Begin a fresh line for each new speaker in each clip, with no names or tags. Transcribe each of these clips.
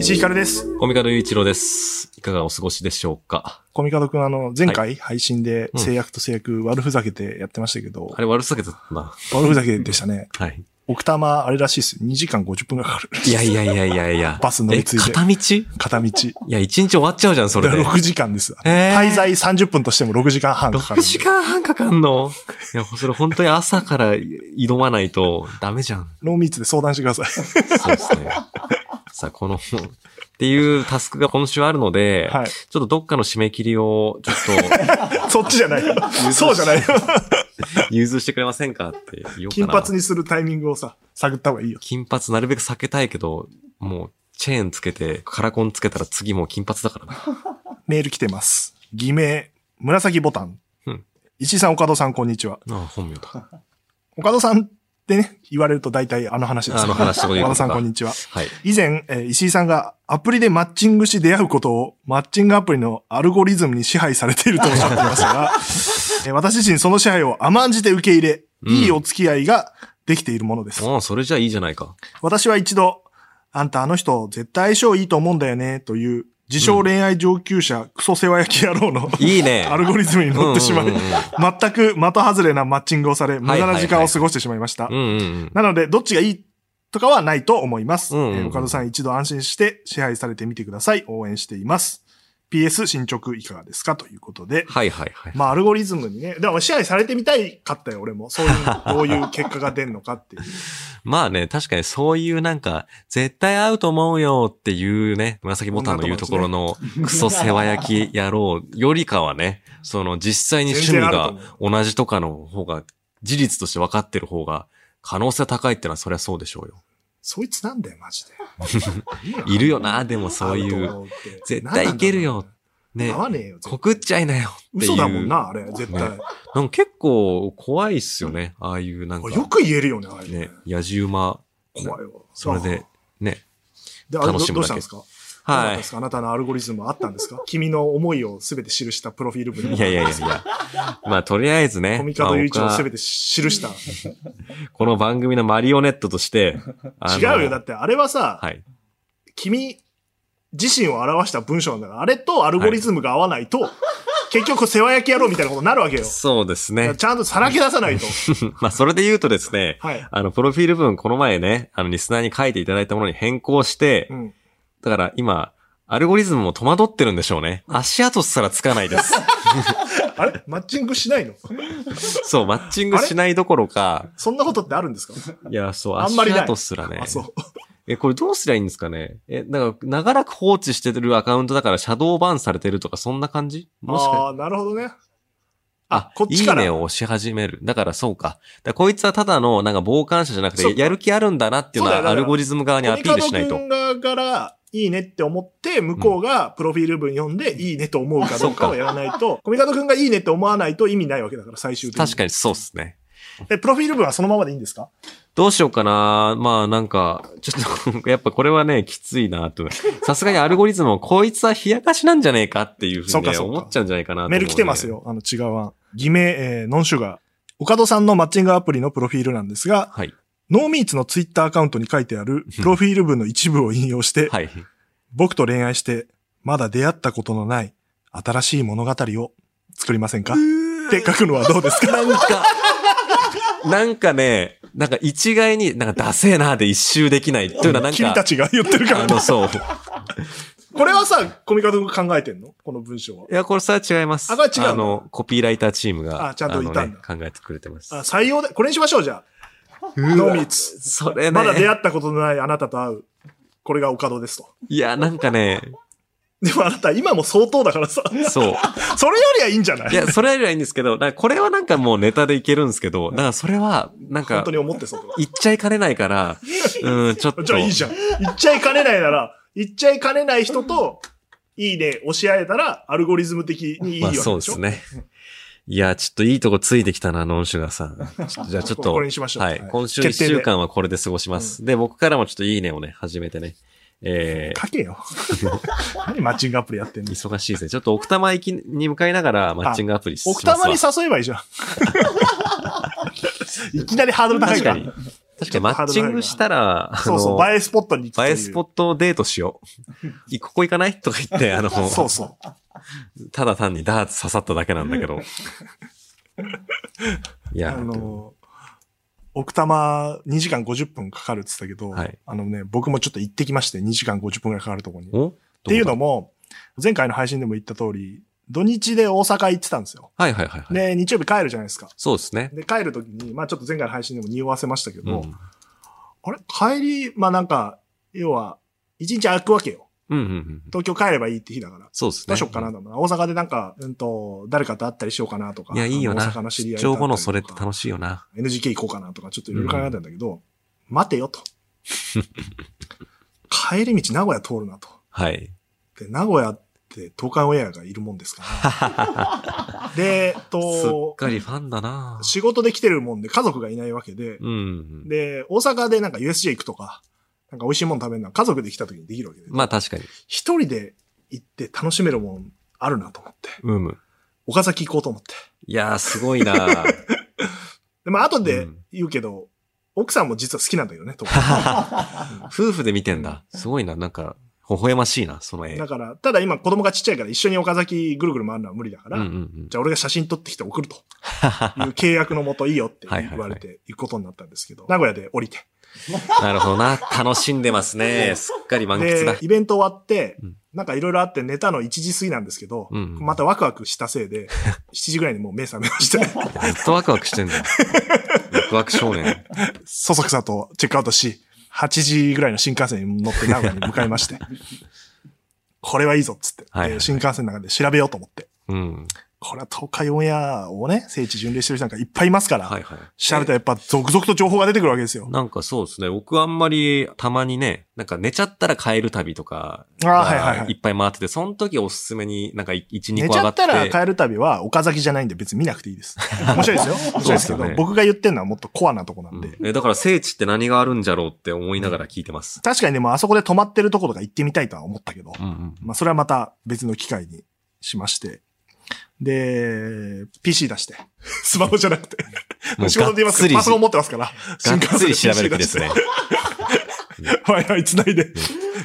石井ひかるです。
コミカドユイチロです。いかがお過ごしでしょうか
コミカドくん、あの、前回配信で
うん
制約と制約、悪ふざけてやってましたけど
あ、れ悪さげだったな。
悪ふざけでしたね。
はい。
奥多摩、あれらしいです。2時間50分がかかる。
いやいやいやいやいや。
バス乗り継いで
え、片道い
片道。
や、一日終わっちゃうじゃん、それで。
6時間です。
えー
滞在30分としても6時間半かか
6
る。
時間半かかんの。いや、それ本当に朝から挑まないとダメじゃん。
ノーミーツで相談してください。
そうですね。さあ、この、っていうタスクが今週あるので、
はい。
ちょっとどっかの締め切りをちょ
そっちじゃない よ。そうじゃないよ。
っと融通してくれませんかって言おうか
金
な。
髪にするタイミングをさ、探った方がいいよ。
金髪なるべく避けたいけど、もう、チェーンつけて、カラコンつけたら次もう金髪だからな。
メール来てます。偽名、紫ボタン。
うん
石井さん、岡戸さん、こんにちは。
ああ、本名だ。
岡戸さんってね、言われると大体あの話です。
あの話とかい う
岡戸
ことか
さん、こんにちは。
はい。
以前、えー石井さんがアプリでマッチングし出会うことをマッチングアプリのアルゴリズムに支配されているとおっしゃっていました が、えー私自身その支配を甘んじて受け入れ、
うん
いいお付き合いができているものです。
ああ、それじゃいいじゃな いか。
私は一度、あんたあの人絶対相性いいと思うんだよね、という自称恋愛上級者、クソ世話焼き野郎の
いいね。
アルゴリズムに乗ってしまい、
うんうんうん
全く的外れなマッチングをされ、無駄
はい
な
はい
時間を過ごしてしまいました。
うんうん
なので、どっちがいいとかはないと思います。
うんうんうん
えー岡田さん一度安心して支配されてみてください。応援しています。PS 進捗いかがですかということで。
はいはいはい。
まあ、アルゴリズムにね。でも、支配されてみたいかったよ、俺も。そういう、どういう結果が出んのかっていう。
まあね、確かにそういうなんか、絶対合うと思うよっていうね、紫ボタンの言うところの、クソ世話焼き野郎よりかはね、その実際に 趣
全
味
然あ
が
ると
同じとかの方が、事実として分かってる方が、可能性高いってのはそりゃそうでしょうよ。
そいつなんだよ、マジで。
いるよな、でもそうい
あると
う。
思って
絶対いけるよ。
なん
ね
だろうな合、わねえよ。絶対
告っちゃいなよっていう。
嘘だもん。な、あれ、絶対。
ねなんか結構怖いっすよね。ああいうなんか、
よく言えるよね、あれ。
ね、野じ馬。
怖いわ。
それで、ね。
で、あれど
楽し
ど
む
う
だ
したん
け
ですかどうだった
は
ん
い
で。すかあなたのアルゴリズムはあったん ですか君の思いをすべて記したプロフィール文
いやいやいやいや。まあ、とりあえずね
コミカドユイチを
まあ
すべ
僕
て記した。
はこの番組のマリオネットとして、あの
違うよ。だってあれはさ、
はい。
君自身を表した文章なんだから、あれとアルゴリズムが合わないと、結局世話焼きやろうみたいなことになるわけよ。
そうですね。
ちゃんとさらけ出さ ないと。
まあ、それで言うとですね、
はい。
あの、プロフィール文、この前ね、あの、リスナーに書いていただいたものに変更して
う、ん。
だから今、アルゴリズムも戸惑ってるんでしょうね。足跡すらつかな いです。
あれマッチングしないの
そう、マッチングしないどころか、
そんなことってあるんですか
いや、そう、
あん
足
まりない
跡すらね
あ、。そう。
え、これどうすりゃいいんですかねえ、なんか、長らく放置してるアカウントだから、シャドーバンされてるとか、そんな感じもしか
ああー、なるほどね。
あ、
こっちから
いいねを押し始める。だからそうか。だからこいつはただの、なんか傍観者じゃなく
そう
て、やる気あるんだなっていうの
そうだ
は、
よ
アルゴリズム側にアピールしない
コ
と。
ミカド君側から、いいねって思って、向こうがプロフィール文読んで、いいねと思うかどうかをやらないと、コミカド君がいいねって思わないと意味ないわけだから、最終的に。
確かにそうっすね。
え、プロフィール文はそのままでいいんですか
どうしようかなまあなんか、ちょっと、 やっぱこれはね、きついなと。さすがにアルゴリズムを、こいつは冷やかしなんじゃねえかっていうふう
そう
に
か
ね
そうか
思っちゃうんじゃないかなと思う
メ
ね
ール来てます。よ。あの、違う案。偽名、えーノンシュガー。岡戸さんのマッチングアプリのプロフィールなんですが、
はい。
ノーミーツのツイッターアカウントに書いてある、プロフィール文の一部を引用して、
はい。
僕と恋愛して、まだ出会ったことのない、新しい物語を作りませんかって書くのはどうですか
なんか、なんかね、なんか一概に、なんかダセえなで一周できないっていうのはなん
君た
か、
ちが言ってるから
あの、そう。
これはさ、コミカド君考えてんのこの文章は。
いや、これさ、違います。
あこれ違うの
あの、コピーライターチームが、
あちゃんといたんだ
あのね、考えてくれてます
あ。採用で、これにしましょう、じゃあ。ノーミーツ。
それね。
まだ出会ったことのないあなたと会う。これが岡戸ですと。
いや、なんかね、
でもあなた今も相当だからさ。
そ
それよりはいいんじゃな
う。い
い
や、それよりはいいんですけど、なんかこれはなんかもうネタでいけるんですけど、なんかそれは、なん
本
か
当、に思ってそうだ
言っちゃいかねな いから、うん、ちょっと。
じゃあいいじゃん。言っちゃいかねないなら、言っちゃいかねない人と、いいね、押し合えたら、アルゴリズム的にいい
ま
わ
あ
けでしょ。
そうですね。いや、ちょっといいとこついてきたな、ノンシュガーさん。ちょっとじゃあちょっと、
これにしましょう
はい
はい。
今週1
決定で
週間はこれで過ごします。で僕からもちょっといいねをね、始めてね、えー
書けよ。何マッチングアプリやってんの
忙しいですね。ちょっと奥多摩行きに向かいながらマッチングアプリ進
奥多摩
ま
に
すわ
誘えばいいじゃん。 いきなりハードル高い
確
か。
からに。確かにマッチングしたら、あ
そうそう、
の、
映えスポットに行くという
映えスポットデートしよ う。いここ行かないとか言って、あの、
そうそ
ただ単にダーツ刺さっただけなんだ
。
けど。いう
あ
や、
の、奥多摩2時間50分かかるって言ったけど、
はい
あのね、僕もちょっと行ってきまして、2時間50分くらいかかるところに。っ
おって
いうのも、前回の配信でも言った通り、土日で大阪行ってたんですよ。
はいはいはいはい。
で、日曜日帰るじゃないですか。
そうですね。
で、帰るときに、まあちょっと前回の配信でも匂わせましたけ
うん
ど、。あれ帰り、まあなんか、要は、一日空くわけよ。
うんうんうん。
東京帰ればいいって日だから。
そうです
ど
ね。
うしよっかなと思うな、大阪でなんか、うんと、誰かと会ったりしようかなとか。
いや、いいよ
あの
な。
大阪の知り合いと会ったりとか。
出張後のそれって楽しいよな。
NGK 行こうかなとか、ちょっといろいろ考えたんだけど、待てよと。帰り道名古屋通るなと。
はい。
で、名古屋って東海オンエアがいるもんです から。で、えっ
すっ
と、
かりファンだな
仕事で来てるもんで家族がいないわけで、
うん。
で、大阪でなんか USJ 行くとか、なんか美味しいもの食べるのは家族で来た時にできるわけで、
まあ確かに。
一人で行って楽しめるもんあるなと思って、
うむ。
岡崎行こうと思って。
いやー、すごい な
で、まあ後
う
で
ん
言うけど、奥さんも実は好きなんだけど ね、東海
夫婦で見てんだ。すごいな。なんか、微笑ましいな、その絵。
だから、ただ今子供がちっちゃいから一緒に岡崎ぐるぐる回るのは無理だか
う
ら、
んうんうん。
じゃあ俺が写真撮ってきて送るという契約のもといいよって
はいはいはい
言われて行くことになったんですけど、名古屋で降りて。
なるほどな。楽しんでますね。すっかり満喫だ
で。、イベント終わって
うん、
なんかいろいろあって寝たの1時過ぎなんですけど、
うんうん
またワクワクしたせい で、7時ぐらいにもう目覚めまして、
ずっとワクワクしてんだよ。ワクワク少年。
そそくさとチェックアウトし、8時ぐらいの新幹線に乗って名古屋に向かいま して、これはいいぞっつって、
はいはいはい
で新幹線の中で調べようと思って、
うん。
これは東海オンエアをね、聖地巡礼してる人なんかいっぱいいますから、
はいはい。
調べたらやっぱ続々と情報が出てくるわけですよ。
なんかそうですね。僕あんまりたまにね、なんか寝ちゃったら帰る旅とか、
あーはいはいはい
っぱい回ってて、その時おすすめになんか1、2
寝
個
ち
上
ゃ
が
っ
って。
たら帰る旅は岡崎じゃないんで別に見なくていいです。面白いですよ。面白いですけ
そうですよ
ど、
ね
僕が言ってるのはもっとコアなとこなんで。
うんえだから聖地って何があるんじゃろうって思いながら聞いてます。
確かにでもあそこで泊まってるとことか行ってみたいとは思ったけど、
うんうん。
まあそれはまた別の機会にしまして。で、PC 出して。 スマホじゃなくて。
もう
仕事で言いますけど、
が
パ
っつり
ソコン持ってますから。
がっつり調べる気
で
ですね。。
Wi-Fi 繋いで、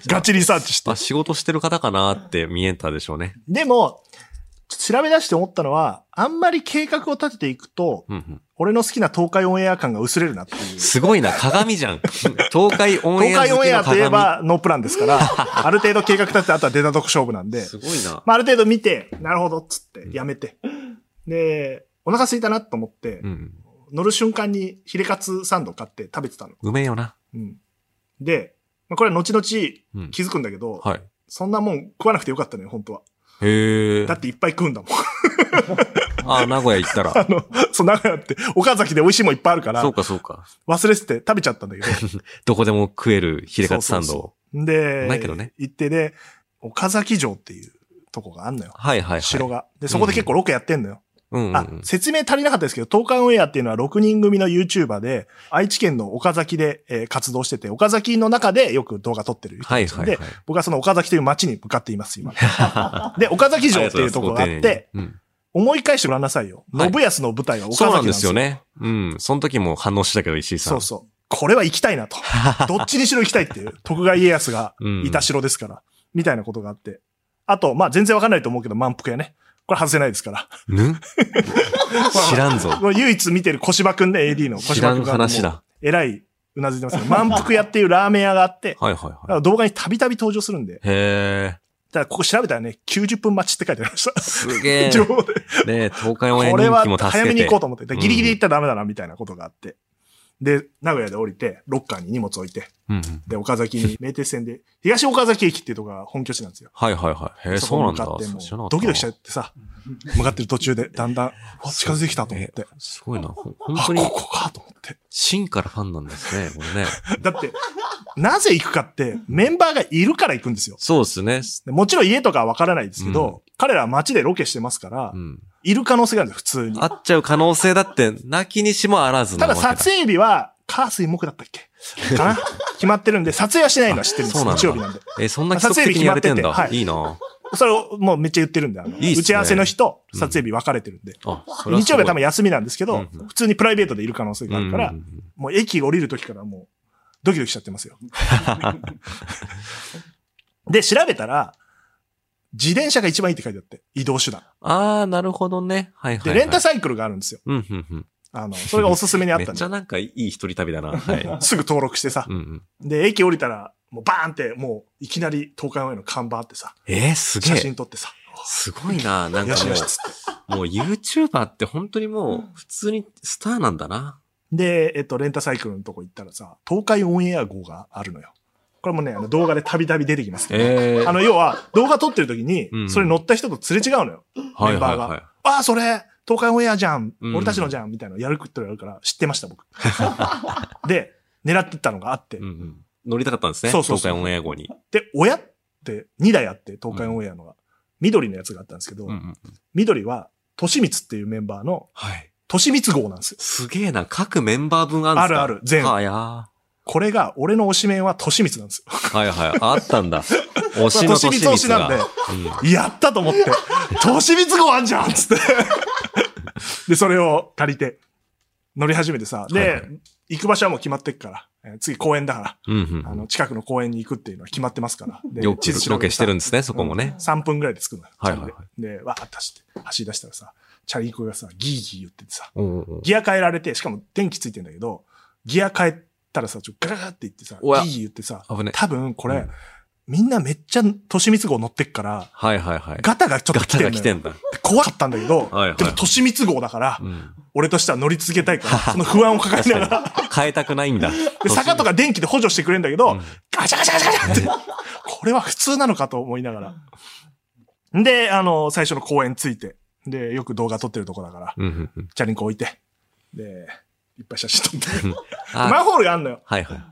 ガチリサーチして
まあ仕事してる方かなって見えたでしょうね。
でも、調べ出して思ったのは、あんまり計画を立てていくと、
うんうん。
俺の好きな東海オンエア感が薄れるなっていう。
すごいな、鏡じゃん。 東海オン
東
エア好き
海
の鏡。
オンエアといえばノープランです から、ある程度計画立てて、あとは出たとこ勝負なんで、
すごいな。
まあ、ある程度見て、なるほどっつって、やめて。で、お腹空いたなと思って
う、ん。
乗る瞬間にヒレカツサンド買って食べてたの。
うめえよな。
うん、で、まあ、これは後々気
うん。
づくんだけど、
はい。
そんなもん食わなくてよかったのよ、本当は。
へえ
だ。っていっぱい食うんだもん。
あ、名古屋行ったら。
あの、そう、名古屋って、岡崎で美味しいもんいっぱいあるから
そう、かそうか。
忘れてて食べちゃったんだけど。
どこでも食える ヒレカツサン
そう
ド
そう
を。
で、
うまいけどね
行ってで、岡崎城っていうとこがあんのよ。
はいはいはい。
城が。で、そこで結構ロケやってんのよ。
うんうんう
あ
ん、。
説明足りなかったですけど、東海オンエアっていうのは6人組の YouTuber で、愛知県の岡崎で、えー活動してて、岡崎の中でよく動画撮ってる人
はい
たちな
は
ん
い
で、
はい。
僕はその岡崎という街に向かっています、 今。 で、岡崎城っていうところがあって、
ありがとうございます、ご丁寧にうん
思い返してごらんなさいよ。
はい
信康の舞台は岡崎
そう
な
なんん
で
ですす
よ
よ。ね。うん。その時も反応してたけど、石井さん。
そうそう。これは行きたいな と。どっちにしろ行きたいっていう、徳川家康が
うん
いた城ですから、みたいなことがあって。あと、まあ全然わかんないと思うけど、満腹やね。これ外せないですから。
ぬ 知らんぞ。
これ 唯一見てる小芝くんね、AD の小
知
芝
ら
く
ん
んがもう
話だ。
えらい、うなずいてますけど、満腹屋っていうラーメン屋があって、
はいはいはい。
動画にたびたび登場するんで、
へえ。
ただここ調べたらね、90分待ちって書いてありまし
す
た。
げ え。
情報で。
ね東海オンエア
これは
人気も助けて。
早めに行こうと思って、でギリギリ
う
行ったらダメだな、みたいなことがあって。で、名古屋で降りて、ロッカーに荷物置いて、
うんうん。
で、岡崎 に、名鉄線で、東岡崎駅っていうとこが本拠地なんですよ。
はいはいはい。へえ、
こ
そうなんだ。
向かって
そう知らなか
も
っ
う
た
ドキドキしちゃってさ、向かってる途中で、だんだん、うわ近づいてきたと思って
え。すごいな。ほ本
あ、
当に
こ、こかと思って。
真からファンなんですね、こ れね。
だって、なぜ行くかって、メンバーがいるから行くんですよ。
そうですね。
でもちろん家とかはわからないですけど、
うん
彼らは街でロケしてますから、
うん。
いる可能性があるんですよ、普通に。
会っちゃう可能性だって、なきにしもあらず
ただ
なわけだ。
撮影日は火水木だったっけかな決まってるんで、撮影はしないのは知ってるんで
あ
す。
そうなんだ
日曜日なんで。
え、そんな規則的にやれてんだ。
撮影日決まっててはい
いな。
それをもうめっちゃ言ってるんで、あの、
いいっすね
打ち合わせの日と撮影日分かれてるんで。
あ、それはすごい
日曜日は多分休みなんですけど、
うんうん
普通にプライベートでいる可能性があるから、
うんうんうん
もう駅降りる時からもうドキドキしちゃって ますよ。で、調べたら、自転車が一番いいって書いてあって、移動手段。
あー、なるほどね。はいはい、
で、
はい。
レンタサイクルがあるんですよ。
うん、うん、うん。
あの、それがおすすめにあっ
めった
ん
ち
で
ゃ、なんかいい一人旅 だな。はい。
すぐ登録してさ
う。んうん、
で、駅降りたら、もうバーンって、もういきなり東海オンエアの看板あってさ、
えー、すげ
写
え。
真撮ってさ、
すごいな。なん
よ
か
し
も
よしっつって。
う、もう YouTuber って本当にもう、普通にスターなんだな。
で、えっと、レンタサイクルのとこ行ったらさ、東海オンエア号があるのよ。これもね、あの動画でたびたび出てきますけど、
えー、
あの、要は、動画撮ってる時に
う、ん
それ乗った人とすれ違うのよ。
はい
メンバ
は
ー
い
が
はい。
ああ、それ、東海オンエアじゃん、
うん
俺たちのじゃん、みたいなのやるくっとやるから、知ってました、僕。 で、狙ってったのがあって
うん、うん、乗りたかったんですね。
そうそうそう
東海オンエア後に。
で、親って2台あって、東海オンエアのが、緑のやつがあったんですけど、
うんうん、
緑は、としみつっていうメンバーの、
はい。
としみつ号なんですよ。
すげえな。各メンバー分あるんですか
あるある全部
はやー。
これが、俺の推しメンはとしみつなんです
はいはい。あった んだ。推しの
としみつ推しなんで
としみつが
よ。やったと思って、としみつ号あんじゃんっつって。 で、それを借りて、乗り始めてさ、で、
はいはい
行く場所はもう決まってっから、えー次公園だから、
うん。うん
あ
うん
の、近くの公園に行くっていうのは決まってますから。で
よくロケしてるんですね、そ
そ
こもね。
3分ぐらいで着くのよ。
はいはいは
で、わーって走って、走り出したらさ、チャリンコがさ、ギーギー言っててさ、
うんうんうん
ギア変えられて、しかも電気ついてんだけど、ギア変えたらさ、ちょっとガガガって言ってさ、ギ
お
ー
や
ギー言ってさ、
危ね
多分これ、
うん
みんなめっちゃ都市密号乗ってっから、
はいはいはい。
ガタがちょっと
ガ
来
タ
てんの
が来
よ
てんだ。
で怖かったんだけど、
はいはい
でも都市密号だから、
うん
俺としては乗り続けたいから、その不安を抱え ながら、
変えたくないんだ。
で、坂と
か。
か電気で補助してくれんだけど、
うん
ガチャガチャガチャガチャって、これは普通なのかと思いながら。で、あの、最初の公園ついて、で、よく動画撮ってるとこだから、
うんうんうん。
チャリンコ置いて、で、いっぱい写真撮って。
うん
マ
あ
ンホールがあんのよ。
はいはい。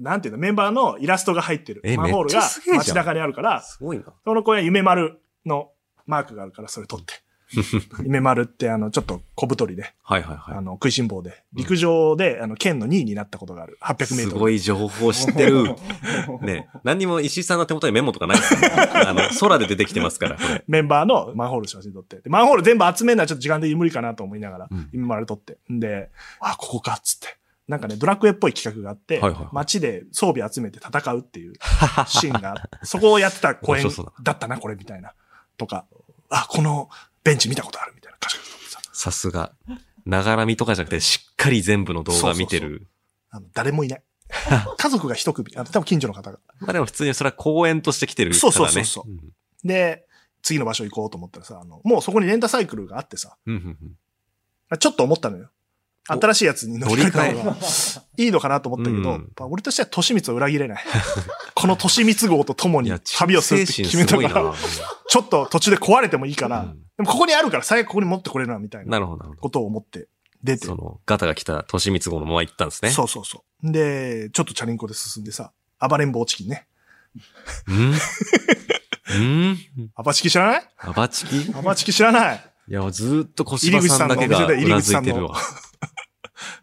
なんていうの、メンバーのイラストが入ってる。
え
マンホール
め
が
っちゃすげえじゃん
街中にあるから、
すごいな。
その公園は夢丸のマークがあるから、それ撮 って。夢丸って、あの、ちょっと小太りで、
はいはい
あ
は
の、食いしん坊で、陸上で、あの、県の2位になったことがある。
い。
800メー
す
トル。
ごい情報知ってる。ね何にも石井さんの手元にメモとかないですよねあの、空で出てきてますから、これ。
メンバーのマンホール写真撮って。でマンホール全部集めるのはちょっと時間的に無理かなと思いながら、
うん
今まで撮って。んで、あ、ここかっつって。なんかね、ドラクエっぽい企画があって、
はいはいはい
街で装備集めて戦う っていうシーンが、そこをやってた公園
面白そう
だったな、これみたいな。とか、あ、このベンチ見たことあるみたいな。カシャカシャ撮ってさ
さすが。ながら見とかじゃなくて、しっかり全部の動画見て
そう
る。
あの誰もい ない。家族が一組、あの多分近所の方が。
まあでも普通にそれは公演として来てるからね。
そうそうそうそうんで、次の場所行こうと思ったらさ、あの、もうそこにレンタサイクルがあってさ、
うんうんうん
ちょっと思ったのよ。
お
新しいやつに乗り換えた方が いいのかなと思ったけど、
うん
やっぱ俺としては利光を裏切れ ない。この利光号と共
い
に
や、
旅をするって決めたか
精神すごい
ら、ちょっと途中で壊れてもいいか
な
ら、
うん
でもここにあるから最悪ここに持ってこれるな、みたいな
なるほど、なるほ
ことを思って出
ど。
て。
その、ガタが来た、としみつ号のまま行ったんですね。
そうそうそう。で、ちょっとチャリンコで進んでさ、暴れん坊チキンね。
う。んうん
暴チキ知らない
アバチキい
暴チキ知らない。
や、ずーっと小芝さんだけが
入り口さんのお店で入
う
り
な
口
ず
さ
い
ん
て
の
るわ。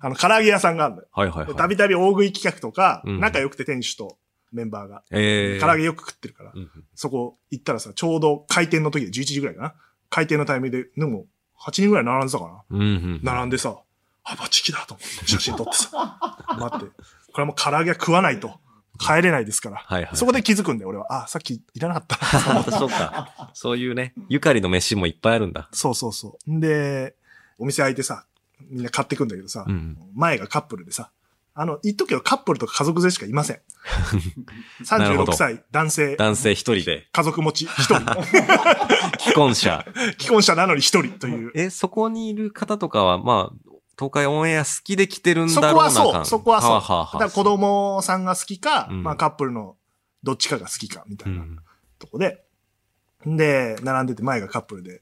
あの、唐揚げ屋さんがあるのよ。
はいはい
で
は
たび
い。
たび大食い企画とか、
うん
仲良くて店主とメンバーが、
え
唐
ー。
揚げよく食ってるから
う、んうん。
そこ行ったらさ、ちょうど開店の時で11時ぐらいかな。開店のタイミングで、でも、8人ぐらい並んでたか
うんうん。
な。並んでさ、あ、バチキだと思って写真撮ってさ、待って、これはもう唐揚げは食わないと、帰れないですから。
はいはい。
そこで気づくんだよ、俺は。あ、さっきいらなかった。
そうか。そういうね、ゆかりの飯もいっぱいあるんだ。
そうそうそう。んで、お店開いてさ、みんな買ってくんだけどさ、
うん。
前がカップルでさ、あの、言っとくけどカップルとか家族連れしかいません。
なるほ
36
ど
歳、男性、
男性一人で、
家族持ち一人、
既婚者。
既婚者なのに一人という。
え、そこにいる方とかは、まあ、東海オンエア好きで来てるん
そ
だろ
こ
うな
はそう、
感
そこはそう。
あああ
だから子供さんが好きか、
うん
まあカップルのどっちかが好きか、みた
う。
いなんとこで。で、並んでて前がカップルで。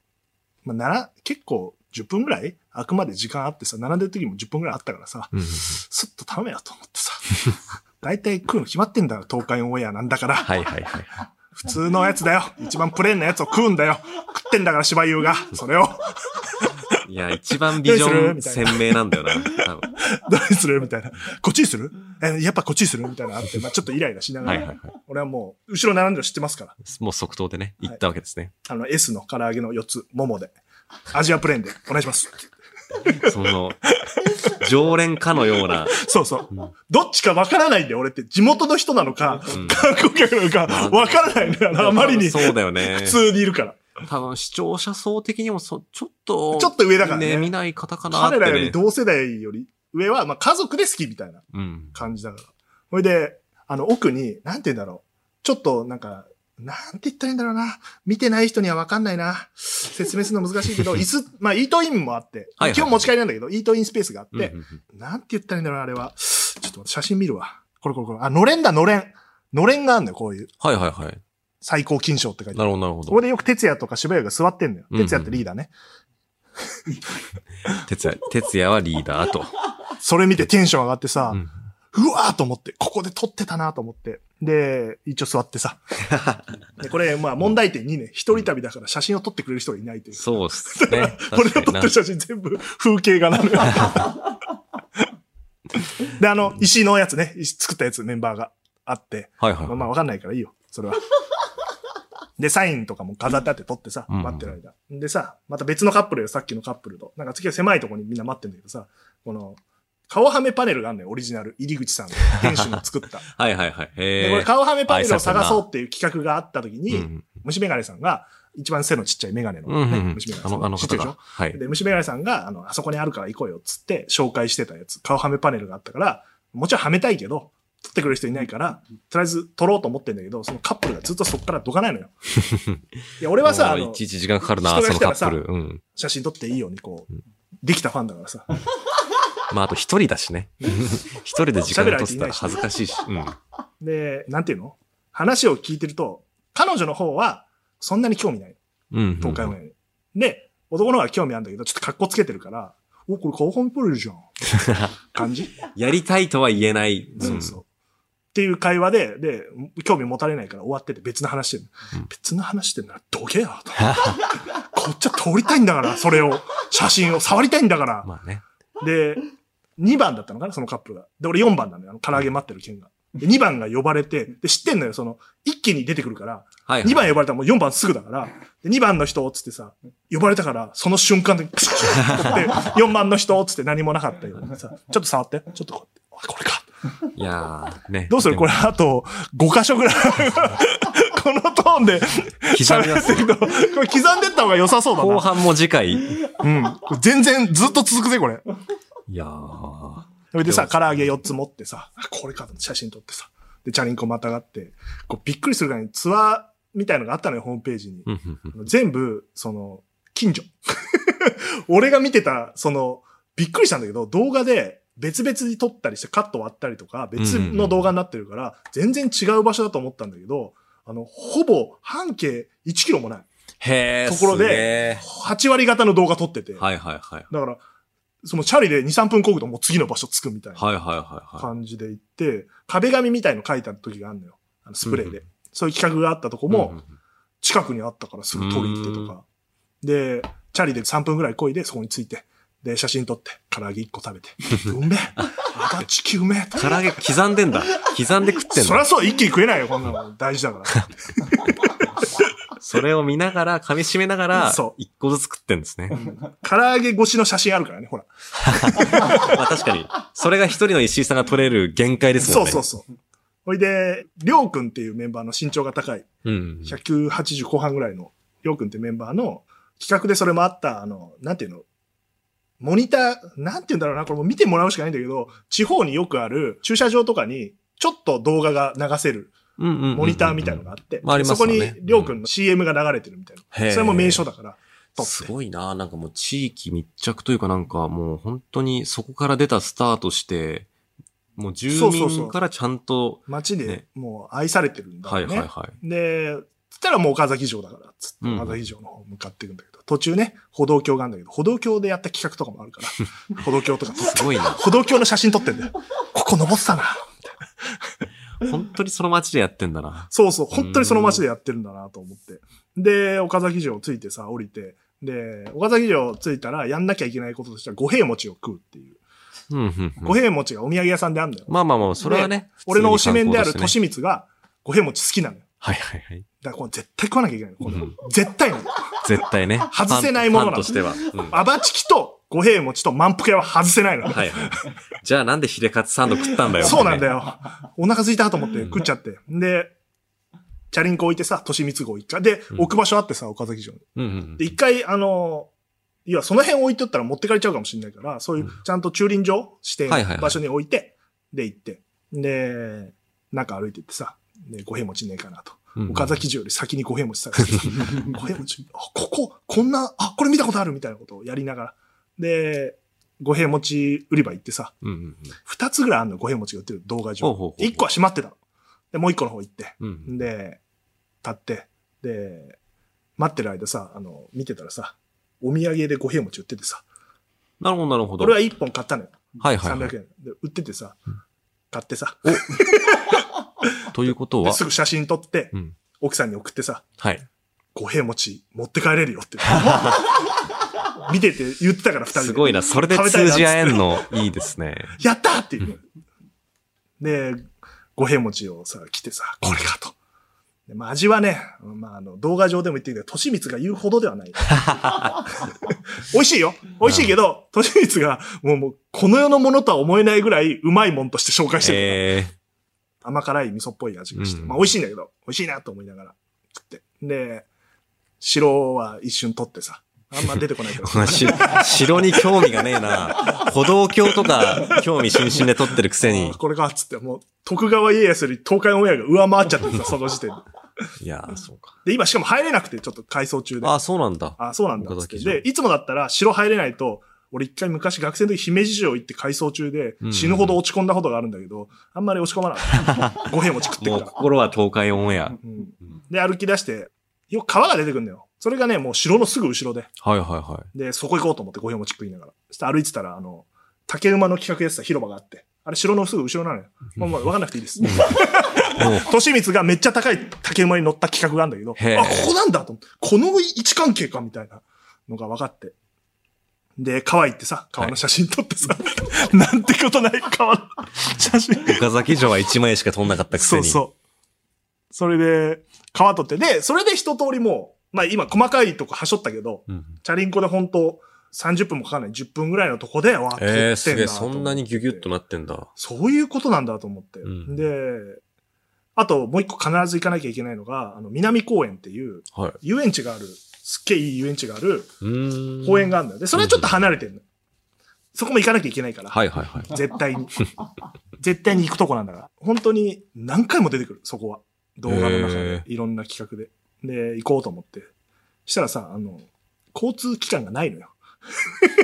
まあ、なら、結構10分ぐらいあくまで時間あってさ、並んでる時も10分ぐらいあったからさ、
うん
すっと頼めよと思って さ。大体食うの決まってんだよ、東海オンエアなんだから。
はいはいはい。
普通のやつだよ。一番プレーンなやつを食うんだよ。食ってんだから、芝優が。それを。
いや、一番ビジョン鮮明なんだよな、多分。
どれにするみたいな。こっちにするえ、やっぱこっちにするみたいなのあって、まあちょっとイライラしなが
はいはい
ら、
はい。
俺はもう、後ろ並んでるの知ってますから。
もう即答でね、行ったわけですね。
あの、S の唐揚げの4つ、ももで。アジアプレーンで、お願いします。
その、常連かのような、
そうそう。どっちかわからないんだよ、俺って。地元の人なのか、
ん
観光客なのか、わからないんだよ な。あまりに、
そう
普
だよね。
通にいるから。
多分視聴者層的にもそ、ちょっと、
ちょっと上だからね
見ない方かなって、
彼
ね。
らより同世代より上は、まあ家族で好きみたいな
うん。
感じだから。ほいで、あの、奥に、なんて言うんだろう。ちょっと、なんか、なんて言ったらいいんだろうな。見てない人にはわかんないな。説明するの難しい けど、椅子、まあ、イートインもあって
はいはい、
基本持ち帰りなんだけど、イートインスペースがあって、
うんうんうん
なんて言ったらいいんだろうな、あれは。ちょっと待って、写真見るわ。これこれこれ。あ、のれんだ、のれん。のれんがあんのよ、こういう。
はいはいはい。
最高金賞って書いてあ
な
る。
るほどなるほ
そこ
ど。
でよく哲也とか渋谷が座ってんのよ。
うんうん
哲也ってリーダーね。
哲也、哲也はリーダ ーと。
それ見てテンション上がってさ
う、ん
うわーと思って、ここで撮ってたなと思って。で、一応座って さ。でこれ、まあ問題点にね、一人旅だから写真を撮ってくれる人がいないという。
そうっすね。
俺が撮っ
確かに
て
な
る写真全部風景画な のよ。で、あの、石のやつね、石作ったやつメンバーがあって、
はいはい
まあ
はい。
まあわかんないからいいよ、そ れは。で、サインとかも飾ってあって撮ってさ、
うん
待ってる間。でさ、また別のカップルよ、さっきのカップルと。なんか次は狭いとこにみんな待ってんだけどさ、この、顔はめパネルがあんのよ、オリジナル。入り口さんが、店主の作った。
はいはいはい。
で、こ
へ
れ
え。
顔はめパネルを
愛されてんな
探そうっていう企画があった時に、
うん
虫眼鏡さんが、一番背のちっちゃい眼鏡の、
うんうん
ね
うん
虫眼鏡
あ
さん。
の、あの
知って
方
るでしょ
が。はい。
で、虫眼鏡さんが、あの、あそこにあるから行こうよ、つって紹介してたやつ、顔はめパネルがあったから、もちろんはめたいけど、撮ってくれる人いないから、とりあえず撮ろうと思ってんだけど、そのカップルがずっとそっからどかないのよ。いや、俺はさ、あ
もうい
の
ち、いち時間かかるな、
人が来
その
た
カ
らさ
ップル。うん。
写真撮っていいようにこう、できたファンだからさ、
まあ、あと一人だしね。一人で時間取ってたら恥ずかしいし。うん。
で、なんていうの話を聞いてると、彼女の方は、そんなに興味ない。
うんうん。
東海オンエアに。で、男の方が興味あるんだけど、ちょっと格好つけてるから、お、これ顔本プロじゃん。感じ
やりたいとは言えない。
そうそう。っていう会話で、で、興味持たれないから終わってて別の話してる。
うん
別の話してんならどけよ、と。こっちは撮りたいんだから、それを。写真を触りたいんだから
うん。 まあね。
で、2番だったのかな、そのカップルが。で、俺4番なのよ、あの、唐揚げ待ってる件が。で、2番が呼ばれて、で、知ってんのよ、その、一気に出てくるから、
はいはい。
2番呼ばれたらもう4番すぐだから、で2番の人、つってさ、呼ばれたから、その瞬間で、クシャッって取って、4番の人、つって何もなかったよ。さちょっと触って、ちょっとこうやって、あこれか。
いやー、ね。
どうするこれ、あと、5箇所ぐらい。このトーンで
刻み
喋
や
って
す
いくと、これ刻んでった方が良さそうだ
後
な。
半も 次回。い
うん。これ全然ずっと続くぜ、これ。
やー。
それでさ、唐揚げ4つ持ってさ、あこれかと思って写真撮ってさ、で、チャリンコまたがって、こうびっくりするぐらいにツアーみたいのがあったのよ、ホームページに。
うんうんうん
あの全部、その、近所。 俺が見てた、その、びっくりしたんだけど、動画で別々に撮ったりしてカット割ったりとか、別の動画になってるから、全然違う場所だと思ったんだけど、あの、ほぼ半径1キロもない。
へえ。
ところ
で。
8割型の動画撮ってて。
はいはいはい。
だから、そのチャリで2、3分漕ぐともう次の場所着くみたいな。
はいはいはいは
感じで行って、壁紙みたいの書いた時があるのよ。あのスプレー
うんう
で。そういう企画があったとこ
い。
も、近くにあったからすぐ取り行ってとか。で、チャリで3分ぐらい漕いでそこについて。で、写真撮って、唐揚げ1個食べて。うめえあだちきうめえと
唐揚げ刻んでんだ。刻んで食ってん
そりゃ
だ。
そう、一気に食えないよ、こんなの。大事だか
それを見ながら、噛み締めながら
そう、
一個ずつ食ってんですね。
ら。唐揚げ越しの写真あるからね、ほら。
まあ確かに、それが一人の石井さんが取れる限界です
そう
もんね。
そうそう。ほいで、りょうくんっていうメンバーの身長が高い、
うんうん。
180後半ぐらいの、りょうくんってメンバーの企画でそれもあった、あの、なんていうの、モニター、なんていうんだろうな、これも見てもらうしかないんだけど、地方によくある駐車場とかに、ちょっと動画が流せる
うんうんうんうん
モニターみたいのがあって、
まああります
そ
よ
こ
ね
にりょうくんの CM が流れてるみたい
へ
な。
ー
それも名所だから、撮っ
す
て。
ごいななんかもう地域密着というかなんかもう本当にそこから出たスタートして、もう住
そうそうそう
民からちゃんと、
街で
ね
もう愛されてるんだ
は
よ
い
ね。
はいはい。
で、つったらもう岡崎城だから、つって
うん
岡崎城の方向かっていくんだけど、途中ね、歩道橋があるんだけど、歩道橋でやった企画とかもあるから、歩道橋とか撮 って
すごいな。
歩道橋の写真撮ってんだよ。ここ登ってたな。
本当にその街でやってんだな。
そうそう、本当にその街でやってるんだなと思って。で、岡崎城着いてさ、降りて、で、岡崎城着いたらやんなきゃいけないこととしては五平餅を食うっていう。
うんうんうん
五平餅がお土産屋さんであんだよ。
まあまあまあ、それはね。
俺の推しメンである
普通に観光としてね
利光が五平餅好きなのよ。
はいはいはい。
だからこれ絶対食わなきゃいけないの。これ
うん
絶対に。
絶対ね。
外せないものな
ファン
の
としては。うん
アバチキと五平餅と満腹屋は外せないの。
はいはい。じゃあなんでヒレカツサンド食ったんだよ。
そうなんだ
よ。
よ。お腹空いたと思って食っちゃって。で、チャリンコ置いてさ、利光号一回。で、
うん
置く場所あってさ、岡崎城に。
うんうん
で、一回、あの、いや、その辺置いとったら持ってかれちゃうかもしれないから、そういう
うん、
ちゃんと駐輪場して
はいはいはい
場所に置いて、で、行って。で、中歩いてってさ、で、五平餅ねえかなと。
うん。
岡崎城より先に五平餅探してさ、 五平餅、あ、ここ、こんな、あ、これ見たことあるみたいなことをやりながら。で、五平餅売り場行ってさ、
うんうん
二つぐらいあんの、五平餅が売ってる動画
ほうほう
上
ほ。う
一個は閉まってたの。で、もう一個の方行って。
うん。うん。
で、立って。で、待ってる間さ、あの、見てたらさ、お土産で五平餅売っててさ、
なるほどなるほど。
俺は一本買ったのよ。
はいはいはい。
300円。で、売っててさ、買ってさ、
ということ
で
は。
すぐ写真撮って
う、ん。
奥さんに送ってさ、
はい。
五平餅持って帰れるよって。 見てて言ってたから、二人で。
すごいな。それで通じ合えんの、いいですね。
やったーっていう。で、五平餅をさ、来てさ、これかと。でまあ、味はね、まあ、あの、動画上でも言ってるけど、としみつが言うほどではない。 美味しいよ美味しいけど、としみつが、もう、もう、この世のものとは思えないぐらいうまいもんとして紹介してる、
ええ。
甘辛い味噌っぽい味がして、
うん
まあ、美味しいんだけど、美味しいなと思いながら食って。で、白は一瞬取ってさ、あんま出てこないけ ど。
このし、城に興味がねえな。歩道橋とか、興味津々で撮ってるくせに
あ。これかっつって、もう、徳川家康より東海オンエアが上回っちゃってさ、その時点で。
いやー、そうか。
で、今しかも入れなくて、ちょっと改装中で。
あ
あ
ー、そうなんだ。
そうなんだっつって。
岡崎城
で、いつもだったら城入れないと、俺一回昔学生の時姫路城行って改装中で
うん
死ぬほど落ち込んだことがあるんだけど、あんまり落ち込まなか った。五平餅食って
も
か
う
ら。
心は東海オンエア。は
うんで、歩き出して、よく川が出てくんだよ。それがね、もう城のすぐ後ろで。
いはいは
で、そこ行こうと思って五平餅食いながら。そして歩いてたら、あの、竹馬の企画やってた広場があって。あれ城のすぐ後ろなのよ。まあまあ、わかんなくていい です。
い。もう、
としみつがめっちゃ高い竹馬に乗った企画があるんだけど、
へー
あ、ここなんだと思って、この位置関係かみたいなのが分かって。で、川行ってさ、川の写真撮ってさ、 なんてことない川の写 真。
岡崎城は1枚しか撮んなかったくせ
そ
に。
うそう。それで、川撮って、で、それで一通りもう、まあ今細かいとこはしょったけど、
うん。
チャリンコで本当30分もかかんない、10分ぐらいのとこで、わー撮ってんだ
えー、すげえ、
と思
そ
って
んなにギュギュッとなってんだ。
そういうことなんだと思って。
うん
で、あともう一個必ず行かなきゃいけないのが、あの、南公園っていう
はい。
遊園地がある、すっげえいい遊園地がある
うーん。
公園があるんだよ。で、それはちょっと離れてんの。そこも行かなきゃいけないから。
はいはいはい。
絶対に。絶対に行くとこなんだから。本当に何回も出てくる、そこは。動画の中で
へえ。
いろんな企画で。で、行こうと思って。したらさ、あの、交通機関がないのよ。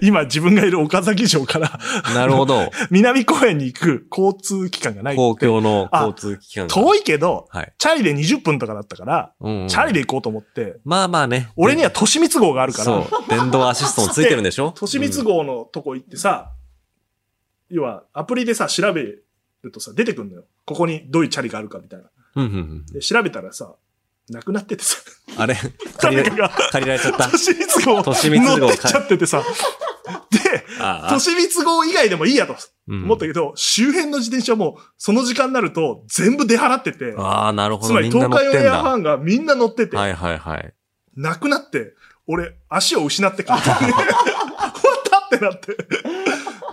今自分がいる岡崎城から
なるほど。
南公園に行く交通機関がない。
公共の交通機関が。
遠
い
いけど、
はい。
チャリで20分とかだったから、
うんうん
チャリで行こうと思って、
まあまあね。
俺には都市密号があるから、
そう。電動アシストもついてるん でしょ
都市密号のとこ行ってさ、要はアプリでさ、調べるとさ、出てくんのよ。ここにどういうチャリがあるかみたいな。
うんうんうん
で、調べたらさ、なくなっててさ、
うん。あれ借り
誰
ら
かが
借りられちゃった。
都市密号を
都市密号
乗ってっちゃっててさ、で、
あ
都市密号以外でもいいやと思った
あ
けど、周辺の自転車もその時間になると全部出払ってて
うん、あー、なるほ
つ
ど。
ま
み
り
んな
東
乗っ
海オン
てん
エアファ
だ。
ンがみんな乗ってて、
はいはいはい。
なくなって、俺、足を失って帰 った。終わったってなって。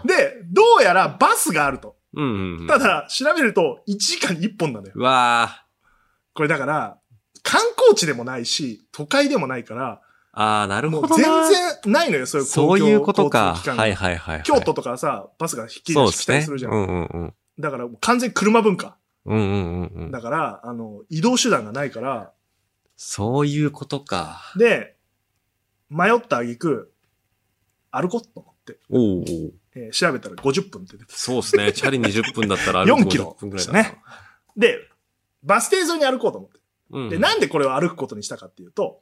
で、どうやらバスがあると。
うんうんうん。
ただ、調べると1時間に1本なのよ。
うわ
これだから、観光地でもないし、都会でもないから、
あ。ああ、なる
も
ほ
う
どな。
全然ないのよ、そういう
そ
公
う
共
いうことか。
交通機関
はいはいはいはい。
京都とかさ、バスが引き
そうで
来
す
たり
ね。
するじゃん。
うんうんうん。
だから、完全に車文化。
うんうんうんうん。
だから、あの、移動手段がないから、
そういうことか。
で、迷った挙句、歩こうと思って、
おうおう
えー調べたら50分って出て
そうですね。チャリ20分だったら
4キロ
50分ぐらいだな
ですね。で、バス停沿いに歩こうと思って。
うん。
で、なんでこれを歩くことにしたかっていうと、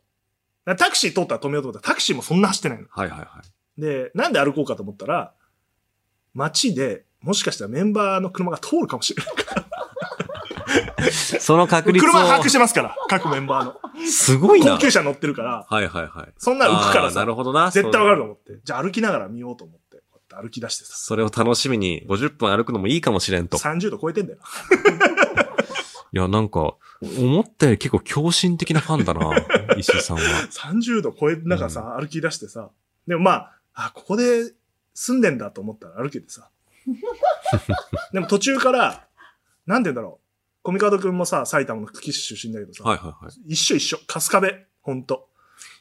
タクシー通ったら止めようと思ったらタクシーもそんな走ってないの。
はいはいはい。
で、なんで歩こうかと思ったら、街で、もしかしたらメンバーの車が通るかもしれないから。
その確率を
車。把握してますから、各メンバーの。
すごいな。
高級
は
車乗ってるから、
いはいはい。
そんなの浮くから
あーな
さ、
るほどな。
絶対わかると
そう
思って。じゃあ歩きながら見ようと思って、こうやって歩き出してさ、
それを楽しみに50分歩くのもいいかもしれんと。
30度超えてんだよ。
いや、なんか、思ったより結構狂心的なファンだ な、石井さんは。
30度超えながらさ、歩き出してさ、でもまあ、あ、ここで住んでんだと思ったら歩けて さ。でも途中から、なんて言うんだろう。コミカドくんもさ、埼玉の久喜市出身だけどさ、
はいはいはい。
一緒一緒、春日部、ほんと。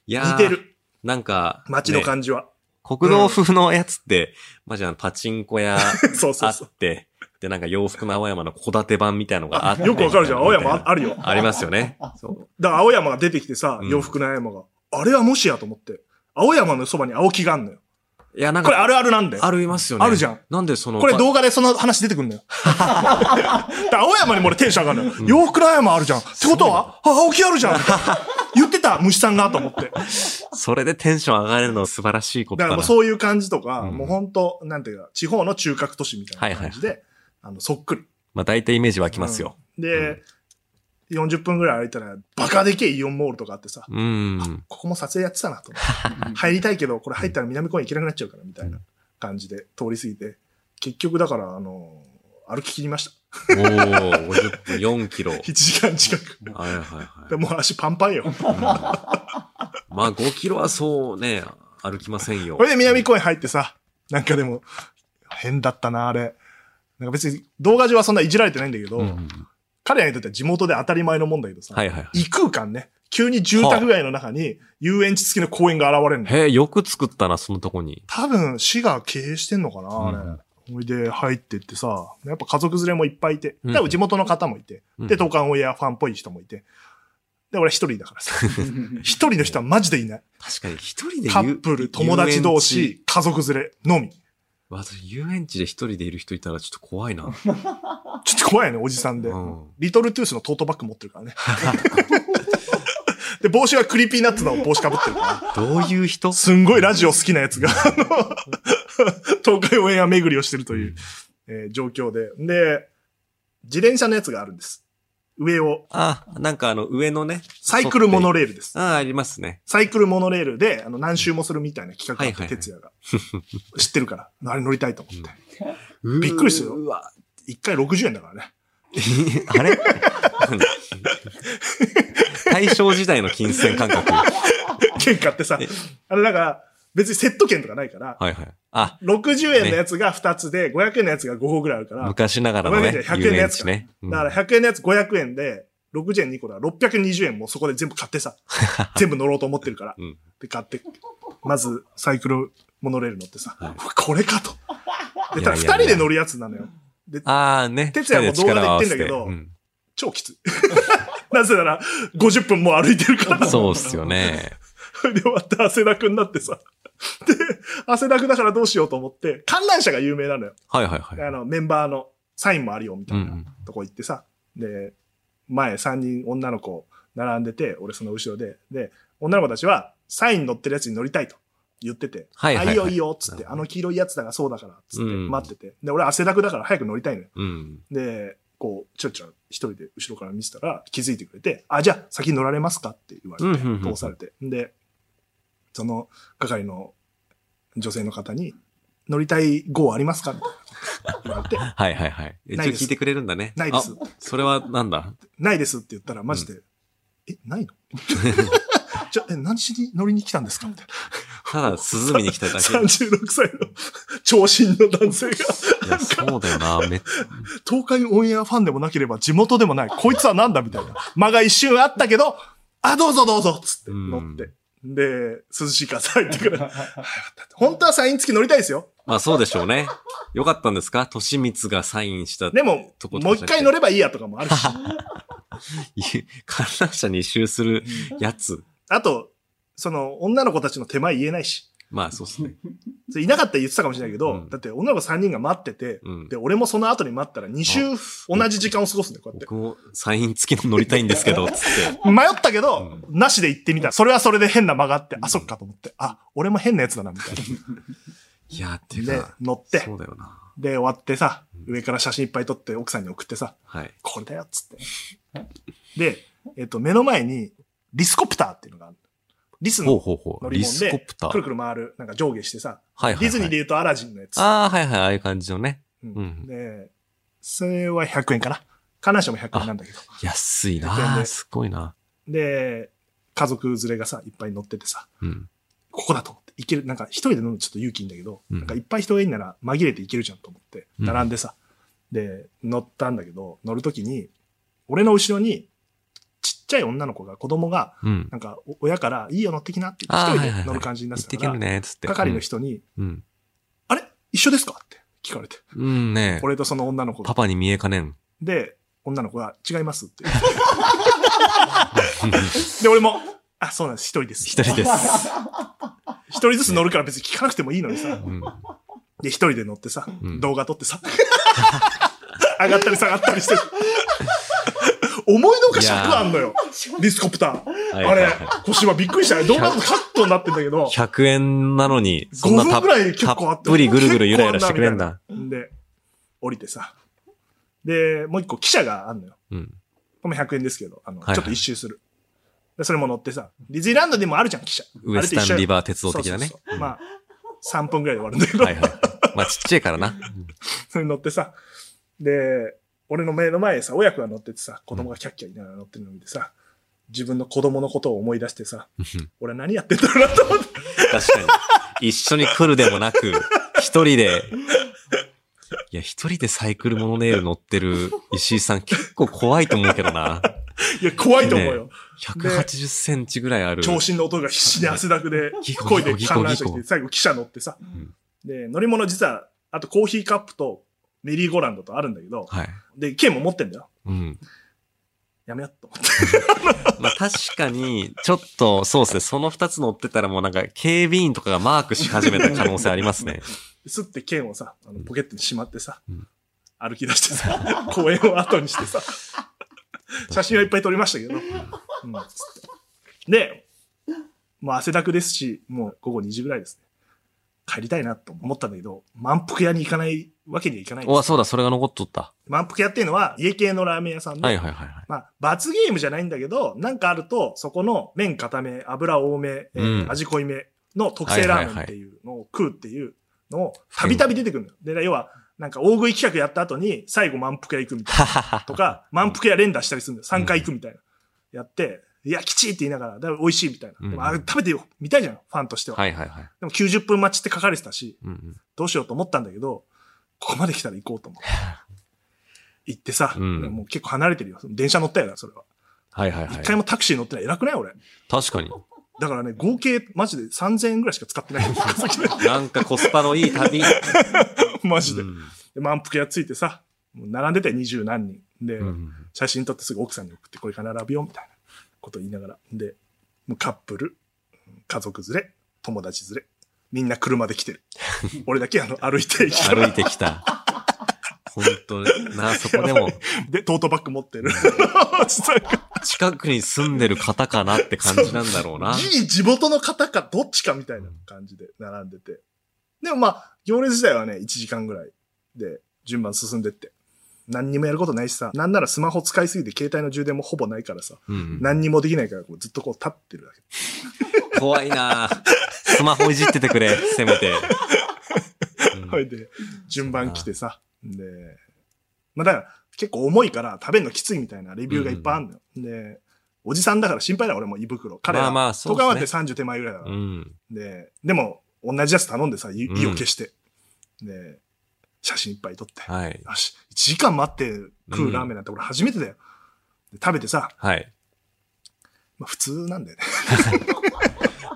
いやー
似て。る、
なんか、
街の
ね
感じは。
国道風のやつって、まじあのパチンコ屋
そうそ
あ
う
っ
そう。
て、で、なんか洋服の青山の小建て版みたいのがあって。
よくわかるじゃん、青山
みたい
あ
な
あるよ。
ありますよね。そう。
だから青山が出てきてさ
う、ん
洋服の青山が、あれはもしやと思って、青山のそばに青木があんのよ。
いや、なん
これあ
か、
るあるなんだよ。
ありますよね。
あるじゃん。
なんでその、
これ
う
動画でその話出てくんだよ。だから青山にも俺テンション上がるのよ。
うん
洋服の青山あるじゃん。ってことは、あ、青木あるじゃん。みたいな言ってた、虫さんがと思って。
それでテンション上がれるの素晴らしいこ
だか
と
ら
だ
もう
な。
そういう感じとか、
うん
もうほんと、なんていうか、地方の中核都市みたいな感じで、あの、そっくり。
まあ大体イメージ湧きますよ。
で、40分ぐらい歩いたら、バカでけえイオンモールとかあってさ、
うん。
ここも撮影やってたなと思って。入りたいけど、これ入ったら南公園行けなくなっちゃうから、みたいな感じで通り過ぎて、結局だから、あの、歩き切りました。
おー、50分4 キロ。
1時間近く。
はいはいはい。
でもう足パンパンよ。
まあ5キロはそうね、歩きませんよ。
これで南公園入ってさ、なんかでも、変だったな、あれ。なんか別に動画上はそんないじられてないんだけど、
うんうん
彼らにとっては地元で当たり前のもんだけどさ、
はいはいはい。
異空間ね。急に住宅街の中に遊園地付きの公園が現れるの。
へえ、よく作ったな、そのとこに。
多分、市が経営してんのかな、あれ。ほいで入ってってさ、やっぱ家族連れもいっぱいいて、
うん
多分地元の方もいて、
うん
で、東海オンエアファンっぽい人もいて、で、俺一人だから さ、一人の人はマジでいない。
確かに一人で
カップル、友達同。士、家族連れのみ。
遊園地私、遊園地で一人でいる人いたらちょっと怖いな。
ちょっと怖いよね、おじさんで。
うん
リトルトゥースのトートバッグ持ってるからね。で、帽子はクリーピーナッツの帽子かぶってるから。
どういう人
すんごいラジオ好きなやつが、あの東海オンエア巡りをしてるという、えー状況で。で、自転車のやつがあるんです。上を、
あ、なんかあの、上のね。
サイクルモノ
レ
レールです。
ああ、ありますね。
サイクルモノレールで、あの、何周もするみたいな企画があって、
はいはいはい
哲也が。知ってるから、あれ乗りたいと思って。
び
びっくりしたよ
うわ。
一回60円だからね。
あれ大正時代の金銭感覚。は
券買ってさ、あれなんか、別にセット券とかないから、
いはい。あ、
60円のやつが2つで、500円のやつが5個ぐらいあるから、
昔ながらのね
ごめんな、さい100円
遊
のや
園
つ
地
か
ね。うん
だから100円のやつ500円で、60円2個だから620円もそこで全部買って さ、全部乗ろうと思ってるから。
うん
で、買って、まずサイクルモノレール乗ってさ、
はい
これかと。で、
い
た
や
だ
いやいや
2人で乗るやつなのよ。で、
ああね。
哲也も動画で言ってんだけど
二人で力を合わせうん
超きつい。 なぜなら、50分もう歩いてるから。
そうっすよね。
で、また汗だくになってさ。で、汗だくだからどうしようと思って、観覧車が有名なのよ。
はいはいはい。
あの、メンバーのサインもあるよ、みたいな
うんうん
とこ行ってさ。で、前3人女の子並んでて、俺その後ろで。で、女の子たちは、サイン乗ってるやつに乗りたいと言ってて。
はいはい
あ、
はい
いいよいいよ、つって。
なる
あの黄色いやつだがそうだから、つって
うん
待ってて。で、俺汗だくだから早く乗りたいのよ。
うん。
で、こう、ちょろちょろ一人で後ろから見てたら気づいてくれて、あ、じゃあ先乗られますかって言われて、
うんうんうん
通されて。で、その係の女性の方に、乗りたい号ありますかって言われて、
はいはいはい。一応
ないです
聞いてくれるんだね。
ないです
あ。それはなんだ
ないですって言ったらマジで、え、ないの じゃあ、え、何しに乗りに来たんですかみたい
ただ、涼みに来た だ
な。
け。い
36歳の長身の男性が、
や、そうだよな。めっ
東海オンエアファンでもなければ地元でもない、こいつはなんだみたいな。間が一瞬あったけど、あ、どうぞどうぞっつって
うん
乗って。で、涼しい風入って くる。はい本当はサイン付き乗りたいですよ。
まあそうでしょうね。よかったんですかとしみつがサインした。
でも
と、こと
もう一回乗ればいいやとかもあるし。
観覧車に一周するやつ。
あと、その、女の子たちの手前言えないし。
まあそうっすね。
それいなかったら言ってたかもしれないけど、
うん
だって女の子3人が待ってて、
うん
で、俺もその後に待ったら2周同じ時間を過ごすんだよ、こうやって。
僕もサイン付きの乗りたいんですけど、つって。
迷ったけど、なしで行ってみた。それはそれで変な間があって、あ、そっかと思って、あ、俺も変なやつだな、みたいな。
いや、て
で
か、、
乗って
そ、うだよな。
で、終わってさ、
う
上から写真いっぱい撮って奥さんに送ってさ、
はい。
これだよっつって。で、えっと、目の前に、リスコプターっていうのがある。リス
ほう
の
ほうほう。
乗り
リ
物
スコ
で
プター。
くるくる回る、なんか上下してさ、
はいはい、はい。
ディズニーで言うとアラジンのやつ。
ああ、はいはい。ああいう感じのね。
う
うん
ん、で、それは100円かな。観覧車も100円なんだけど。
安い
100円
な
です
ごいな。
で、家族連れがさ、いっぱい乗っててさ、
うん。
ここだと思って、行ける、なんか一人で飲むのちょっと勇気いいんだけど、
うん
なんかいっぱい人がいるなら紛れて行けるじゃんと思って、
うん
並んでさ、で、乗ったんだけど、乗るときに、俺の後ろに、ちっちゃい女の子が、子供が、
うん。
なんか、お親から、いいよ乗ってきなって言っ
あー
て、一
はいはい
人
はい
で乗る感じになっ
行って
た
てけ
から
る、ね、つって。
係の人に、
うん。
あれ一緒ですかって聞かれて、
うん。うんね
俺とその女の子が
パ。パに見えかねん。
で、女の子が、違いますって言って。 で、俺も、あ、そうなんです、一人です。
一 人です。
一人ずつ乗るから別に聞かなくてもいいのにさ。
うん。
で、一人で乗ってさ、
うん
動画撮ってさ、上がったり下がったりしてる。思いのほか尺あんのよ。リスコプター。
あ
あれ、腰はびっくりしたね。動画のカットになってんだけど、
100円なのに、そんな
5
た
分
っ
ぐらい結
た
構あ
っ
って
ぷりぐるぐるゆらゆらしてくれん
結
だ。
構あんな。みたいなで、降りてさ。で、もう一個汽車があんのよ。
うん。
これも100円ですけど、あの、
はいはい
ちょっと一周する。でそれも乗ってさ、ディズニーランドでもあるじゃん、汽車。
ウエスタンリバー鉄道的なね
そう。そうそうまあ、3分ぐらいで終わるんだけど、
はいはい。まあちっちゃいからな。
それに乗ってさ、で、俺の目の前にさ、親子が乗っててさ、子供がキャッキャ言いながら乗ってるのを見てさ、自分の子供のことを思い出してさ、
うん
俺は何やってんだろうなと思って、
確かに。一緒に来るでもなく、一人で、いや、一人でサイクルモノレール乗ってる石井さん結構怖いと思うけどな。
いや、怖いと思うよ。
180センチぐらいある。
長身の音が必死に汗だくで
ギ、コ
声 で
ギコ
観覧車
ギ
来
コ
て、最後汽車乗ってさ
ん、
で、乗り物実は、あとコーヒーカップとメリーゴーランドとあるんだけど、
はい。
で、剣も持ってんだよ。
うん。
やめようと思って。
まあ確かに、ちょっと、そうですね。その二つ乗ってたらもうなんか警備員とかがマークし始めた可能性ありますね。
すって剣をさ、あのポケットにしまってさ、
うん
歩き出してさ、 公園を後にして さ、写真はいっぱい撮りましたけど、うん、つって。で、もう汗だくですし、もう午後2時ぐらいですね。帰りたいなと思ったんだけど、満腹屋に行かないわけにはいかない。
お、そうだ、それが残っとった。
満腹屋っていうのは家系のラーメン屋さんで、
はいはいはいはい。
まあ、罰ゲームじゃないんだけど、なんかあると、そこの麺固め、油多め、えー
うん
味濃いめの特製ラーメンっていうのを食うっていうのを、たびたび出てくるのよ。で、要は、なんか大食い企画やった後に、最後満腹屋行くみたいな。
ははは
とか、満腹屋連打したりするんだよ。3回行くみたいな。やって、いや、きちいって言いながら、だから美味しいみたいな。でも、あ
うん
食べてよ、見たいじゃん、ファンとしては。
はいはいはい。
でも90分待ちって書かれてたし、
うん
どうしようと思ったんだけど、ここまで来たら行こうと思 って。行ってさ、
うん
もう結構離れてるよ。電車乗ったよな、それは。
はいはいは
一
い。
回もタクシー乗ってない。偉くない俺。
確かに。
だからね、合計、マジで3000円ぐらいしか使 ってない。
なんかコスパのいい旅。
マジで。
うん
で満腹屋ついてさ、もう並んでて二十何人。で、
うん
写真撮ってすぐ奥さんに送って、これから並ぶよ、みたいなこと言いながら。で、もうカップル、家族連れ、友達連れ、みんな車で来 てる。俺だけあの、歩いてきた
歩いてきた。本当な、そこでも、
で、トートバッグ持って る。おじさんが
近くに住んでる方かなって感じなんだろうな。
いい地元の方かどっちかみたいな感じで並んでて。でもまあ、行列自体はね、1時間ぐらいで順番進んでって。何にもやることないしさ、なんならスマホ使いすぎて携帯の充電もほぼないからさ、
うん
何にもできないからこうずっとこう立ってるだけ。
怖いなスマホいじっててくれ、せめて。うん
それで、順番来てさ、で、まあだから結構重いから食べるのきついみたいなレビューがいっぱいあるのよ。で、おじさんだから心配だ俺も胃袋。彼
ま
は、
あまあそ
と
うっすね
かはって30手前ぐらいだから。
うん。
で、でも、同じやつ頼んでさ、い
うん
意を消して。で、写真いっぱい撮って。
はい。
よし、1時間待って食うラーメンなんて俺初めてだよ。で食べてさ、
はい。
まあ、普通なんだよね。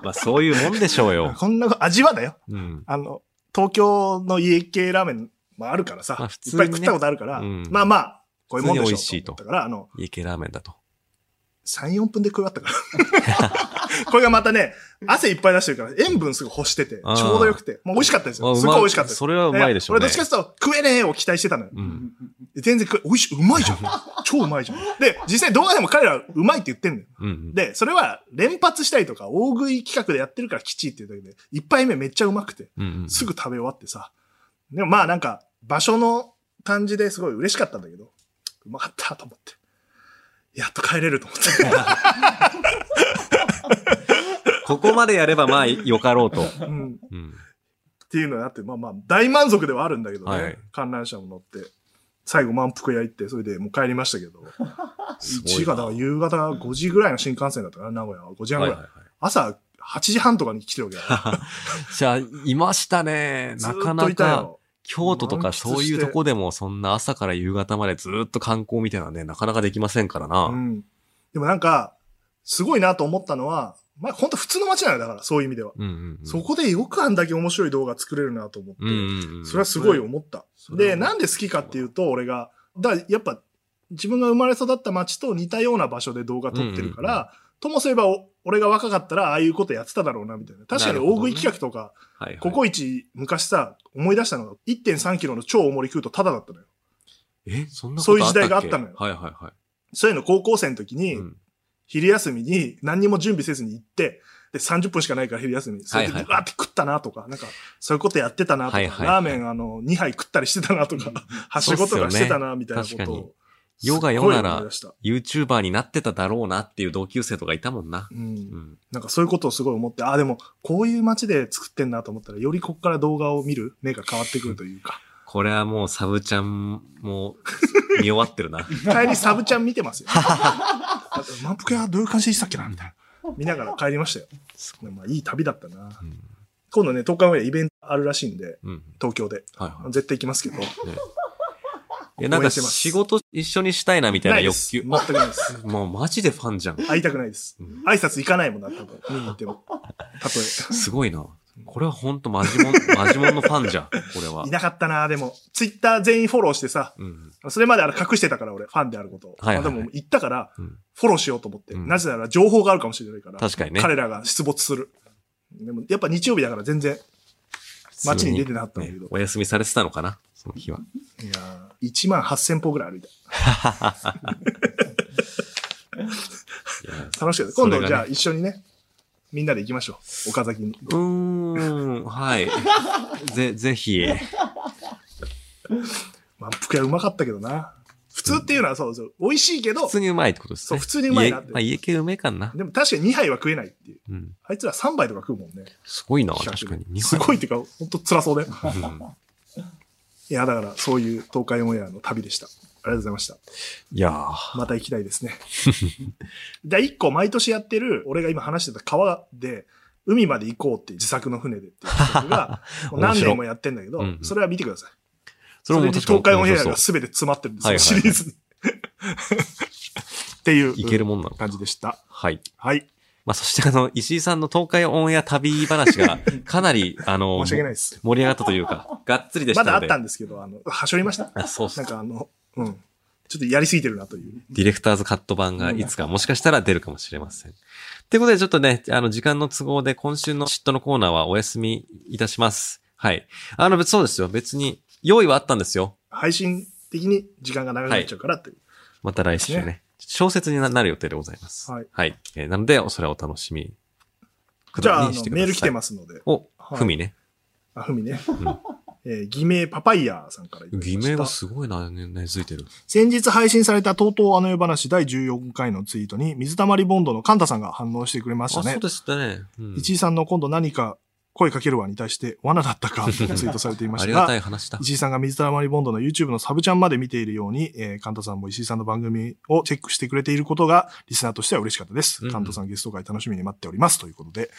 まあそういうもんでしょうよ。
こんな味はだよ。
うん。
あの、東京の家系ラーメンもあるからさ、
まあ普
い
通
っ
に
ぱ
ね
い食ったことあるから、
うん
まあまあ、こういうもんでしょう。
普通に美味しいと
だから、あの、
家系ラーメンだと。
3、4分で食い終わったから。 これがまたね、汗いっぱい出してるから、塩分すぐ欲してて、ち
あー
ょうどよくて、もう美味しかったです
あう
よ。
ます
ごい美味しかったです。
それはうまいでしょうね
俺どっちかっていうと、食えねえを期待してたのよ。
うん。
全然食え、美味しい、うまい じゃん。超うまいじゃん。で、実際動画でも彼らうまいって言ってんのよ。
うん。
で、それは連発したりとか、大食い企画でやってるからきちいっていうだけで、一杯目めっちゃうまくて、
うんうん。
すぐ食べ終わってさ。でもまあなんか、場所の感じですごい嬉しかったんだけど、うまかったと思って。やっと帰れると思 って。
ここまでやればまあよかろうと。
うん
うん。
っていうのがあって、まあまあ、大満足ではあるんだけどね。
はい
観覧車も乗って、最後満腹屋行って、それでもう帰りましたけど。
すごいな
1が、だから夕方5時ぐらいの新幹線だったかな、名古屋は。5時半ぐら
はい
い。
はいはい。
朝8時半とかに来てるわけだよ
じゃあ、いましたね。 なか
ずっと
ない
た
か、
よ。
京都と
満
か
喫して
そういうとこでもそんな朝から夕方までずっと観光みたいなね、なかなかできませんから
う
な。
ん。でもなんか、すごいなと思ったのは、まあ本当普通の街なんよ、だから、そういう意味では。
うんうんうん。
そこでよくあんだけ面白い動画作れるなと思って。
うんうんうん。
それはすごい思った。
それ
で、
は
なんで好きかっていうと、俺が、だからやっぱ、自分が生まれ育った町と似たような場所で動画撮ってるから、
うんうん
ともすればお俺が若かったらああいうことやってただろうな、みたいな。確かに大食い企画とか、
はいはい
ココイチ昔さ、思い出したのが1.3キロの超大盛り食うとタダだったのよ。
え、そんなこと
そういう時代があったのよ
っけはいはいは
そういうの高校生の時
い。
に、
うん
昼休みに何にも準備せずに行って、で、30分しかないから昼休み。それで、
はいは
わ
いはい
ーって食ったなとか、なんか、そういうことやってたなとか、
はいはいはい
ラーメンあの、2杯食ったりしてたなとか、はしごとかしてたな、みたいなこ
確か
と
に
を。
世が世な
すっごい
ら
思い出した。
YouTuber になってただろうなっていう同級生とかいたもんな。
う。
うんん。
なんかそういうことをすごい思って、あ、でも、こういう街で作ってんなと思ったら、よりこっから動画を見る目が変わってくるという か。
これはもうサブちゃんも見終わって るな。
帰りサブちゃん見て ますよ。 満腹屋どういう感じでしたっけなみたいな。見ながら帰りましたよ。まあ、いい旅だったな。
うん。
今度ね、10日後にイベントあるらしいんで、
うん。
東京で。
はいはい。
絶対行きますけど。
いや、なんか
応援してます
仕事一緒にしたいなみたい
な
ない
で
欲
す。
求
全。くないです。
もうマジでファンじゃん。
会いたくないです。
うん
挨拶行かないもんな、多分。見に行 っても。たと
すごいな。これはほんとマ ジモン、マジモンのファンじゃん。これは
え。い。なかったな、でも。ツイッター全員フォローしてさ、
うん。
それまであれ隠してたから俺、ファンであることを。
はいはい
まあでも、行ったから
うん、
フォローしようと思って。
うん
なぜなら情報があるかもしれないから。
確かにね。
彼らが出没する。でも、やっぱ日曜日だから全然、街に出てなかったんだけ
ね
ど。
お休みされてたのかなその日は。
いやー1万8000歩ぐらい歩いた。
いや
楽しかった。
そ
今
れがね
度、じゃあ一緒にね、みんなで行きましょう。岡崎に。
うーん、 はい。ぜ、ぜひ。
満腹屋うまかったけどな。普通っていうのはそうそう。美味しいけど
普、通にうまいってことです
そ
ね。
う普通にうまいなって
家まあ家系うめえかんな。
でも確かに2杯は食えないっていう。
うん。
あいつら3杯とか食うもんね。
すごいな、確かに。日
す
本
ごいっていうか、ほんと辛そうだよ。
うん
いや、だからそういう東海オンエアの旅でした。ありがとうございました。
いやー
また行きたいですね。 で、1個毎年やってる、俺が今話してた川で、海まで行こうっていう自作の船でっていう企画 が、もう何年もやってんだけど、
面白いうんうん
それは見てください。
それも
に
確かに
東海オンエア
面
が
白そ
全て詰まってるんですよ、
はいはい
シリーズに。 っていう
う。いけるもんなの。
感じでした。
はい。
はい。
まあ、そしてあの、石井さんの東海オンエア旅話が、かなり、あの、
申し訳ないです。
盛り上がったとい うか、がっつりでし
ま
た
だあ
の
っ
で。
たんですけど、あの、はしょりました。
あそうっす
なんかあの、うん。ちょっとやりすぎてるなという。
ディレクターズカット版がいつかもしかしたら出るかもしれません。ってことでちょっとね、あの時間の都合で今週の嫉妬のコーナーはお休みいたします。はい。あの別、そうですよ。別に用意はあったんですよ。
配信的に時間が長くなっちゃうからっていう。
また来週ね。
ね
小説にななる予定でございます。
はい
えーなので、それはお楽しみく
じゃあ、あ
だ
の
にしてください。
メール来て
ます。
ますので。
お、
はい
ふみね。
あ、ふみね。
ん
えー偽名パパイヤさんからいただき
偽
ました
名がすごいな、ね、根付いてる。
先日配信された TOTO あの世話第14回のツイートに水溜りボンドのカンタさんが反応してくれま
あ、
し
そ
た
う
ね。
でしたね。うん
一井さんの今度何か声かけるわに対して罠だった かとツイートされていま
あ
した
りが
が
たい話だ。
石井さんが水溜りボンドの YouTube のサブチャンまで見ているように、えー、カンタさんも石井さんの番組をチェックしてくれていることが、リスナーとしては嬉しかったです。
うんうん
カンタさんゲスト会楽しみに待っております。ということで、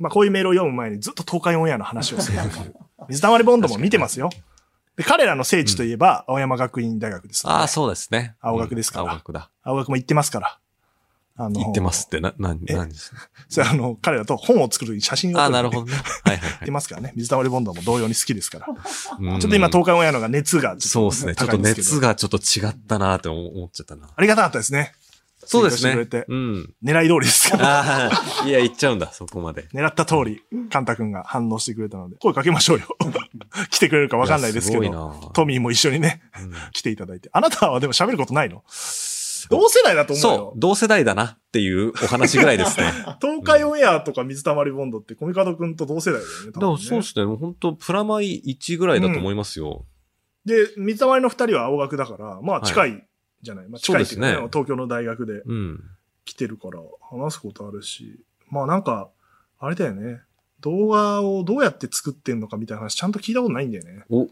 まあ、こういうメールを読む前にずっと東海オンエアの話をするという。水溜りボンドも見てますよ。で、彼らの聖地といえば、青山学院大学です、
ああ、そうですね。
青学ですから
うん青学だ。
青学も行ってますから。あの
行ってますっ。て、な、な、
え
何です
それあの、彼らと本を作る時に写真を撮
あ
る
あ、
時に
なるほどね。はいはい
行
は
っ
い
て。ますからね。水溜りボンドも同様に好きですから。 ち
うん
ょっと今、東海オンエアのが熱がち
そ
ょ
う
っ
です
と
ね。ちょっ
高い
と
んですけど。
熱がちょっと違ったなって思っちゃったな。
ありがたかったですね。
そうです
ツイート
ね
してくれて。
うん。
狙い通りですから。
ああ、いや、言っちゃうんだ、そこまで。
狙った通り、カンタ君が反応してくれたので、声かけましょうよ。 来てくれるかわかんないですけ
いやす
ど、
ごいな
トミーも一緒にね、来ていただいて。あなたはでも喋ることないの同世代だと思う
うんそ
よ
う、。同世代だなっていうお話ぐらいで すね。
東海オンエアとか水溜りボンドってコミカド君と同世代だよね。多
で
分ね
もそうですね。もう本当プラマイ1ぐらいだと思いますよ。
で、水溜りの二人は青学だから、まあ近いじゃない。まあ近いっていうか、ね
そうですね
東京の大学で
うん。
来てるから話すことあるし、まあなんか、あれだよね。動画をどうやって作ってんのかみたいな話ちゃんと聞いたことないんだよね。
お、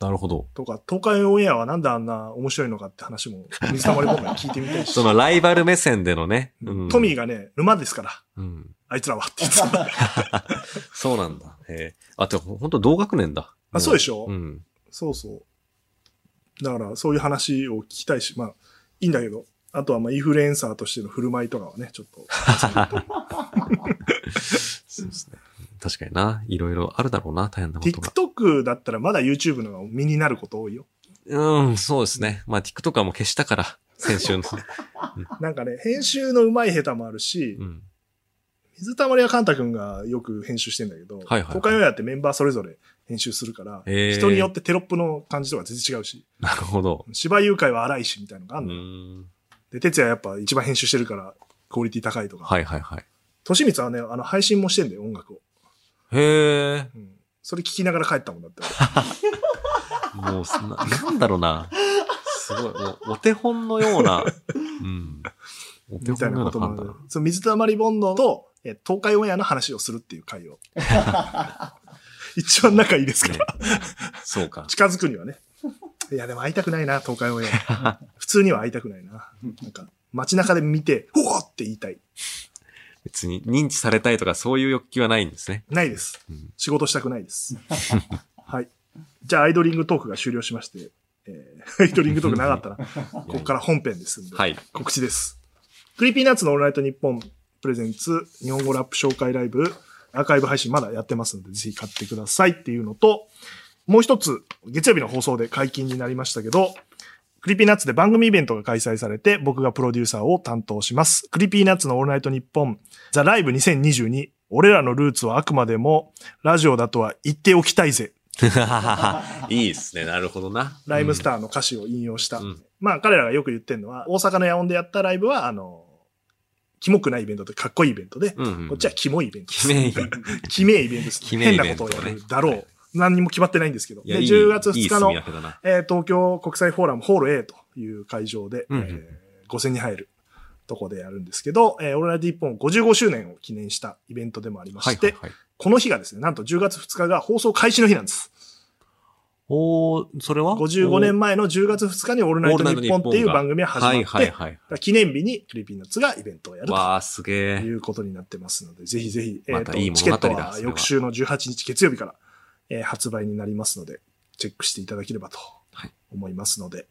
なるほど。
とか、東海オンエアはなんであんな面白いのかって話も、水溜りボンが聞いてみたいし
そ。のライバル目線でのね。うん、
トミーがね、沼ですから、
うん。
あいつらはって言ってた。
そうなんだ。へえ。あ、てか、ほんと同学年だ。
あそうで
し
しょ、
うん。
そうそう。だから、そういう話を聞きたいし、まあ、いいんだけど、あとは、まあ、インフルエンサーとしての振る舞いとかはね、ちょっと。
そうですね。確かにな。いろいろあるだろうな、大変なことが。
TikTok だったらまだ YouTube の方が身になること多いよ。
うん、そうですね。まあ、TikTok はもう消した から、先週の。
なんかね、編集の上手い下手もあるし、
うん。
水溜りはカンタ君がよく編集してんだけど、
はいはいはい
東海オンエアってメンバーそれぞれ編集するから、
へー
人によってテロップの感じとか全然違うし、
なるほど。
芝誘拐は荒いしみたいなのがあ
う
るの。
ん。
で、哲也やっぱ一番編集してるから、クオリティ高いとか。
はいはいはい。
としみつはね、あの、配信もしてんだよ、音楽を。
へえ。
うん。それ聞きながら帰ったもんだ って。
もうそんな、なんだろうな。すごい、もうお手本のような。うん。お手
みたいな
本のよ
こ
うな
ともあ
感
るの
だな
よ。。その水溜りボンドと、え東海オンエアの話をするっていう 回を。一番仲いいですから。
そうか。
近づくにはね。いや、でも会いたくないな、東海オンエ ア。普通には会いたくないな。なんか、街中で見て、おおって言いたい。
別に認知されたいとかそういう欲求はないんですね。
ないです
うん。
仕事したくないです。 はい。じゃあ、アイドリングトークが終了しまして、えーアイドリングトークなかった ら、ここから本編ですんで。
はい。
告知です。クリーピーナッツのオールナイトニッポンプレゼンツ日本語ラップ紹介ライブアーカイブ配信まだやってますのでぜひ買ってくださいっていうのと、もう一つ月曜日の放送で解禁になりましたけど、クリーピーナッツで番組イベントが開催されて僕がプロデューサーを担当します。クリーピーナッツのオールナイトニッポンザライブ2022俺らのルーツはあくまでもラジオだとは言っておきたいぜ。
いいですね。なるほどな。
ライムスターの歌詞を引用した。
うん
まあ彼らがよく言ってるのは、大阪の野音でやったライブは、あの、キモくないイベントとかっこいいイベントで、
うんうんうん
こっちはキモいイベントです。
記念イベント
キメイイベントです。
キメイ
変
イ
な
ベ
こ
ント
と
ね
をやるだろ
は
う。何にも決まってないんですけど。
いや
で
いい
10月2日の
いい住み分けだな
えー東京国際フォーラムホール A という会場で、
うんう
え
ん
ー5000に入るとこでやるんですけど、えー、オールナイト日本55周年を記念したイベントでもありま
はい
して、
はいはい。
この日がですね、なんと10月2日が放送開始の日なんです。
おーそれは
55年前の10月2日にオールナイトニッポンっていう番組が始まって、
はいはいはい
だから記念日にクリーピーナッツがイベントをやる
わあ、すげ
と
え
い。うことになってますので、ぜひぜひ、え
ま
ー
た
と
いい
チケ
物
ッ
語だ
トは
それは
翌週の18日月曜日から、えー発売になりますので、チェックしていただければと
はい
思いますので。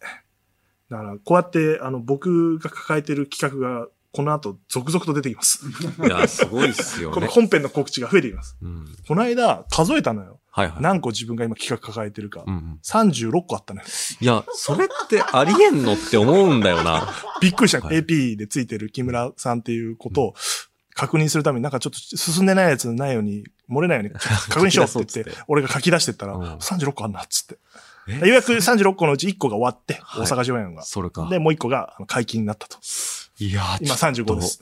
だから、こうやって、あの、僕が抱えてる企画が、この後、続々と出てきます。
いや、すごいっすよ
この
ね。
本編の告知が増えてきます。
うん。
この間、数えたのよ。
はいはい。
何個自分が今企画抱えてるか
う。んうん、
36個あったのよ。
いや、それってありえんのって思うんだ よな。
びっくりした。
はい
AP でついてる木村さんっていうことを確認するために、なんかちょっと進んでないやつないように、漏れないように確認しようって
書き出そうっつ
言っ
ってて、
俺が書き出してったら、
うん
36個あんなっつって。
え
ようやく36個のうち1個が終わって、
はい
大阪上演が。
それか。
で、もう1個があの解禁になったと。
いや、
今
ちょっと
35です。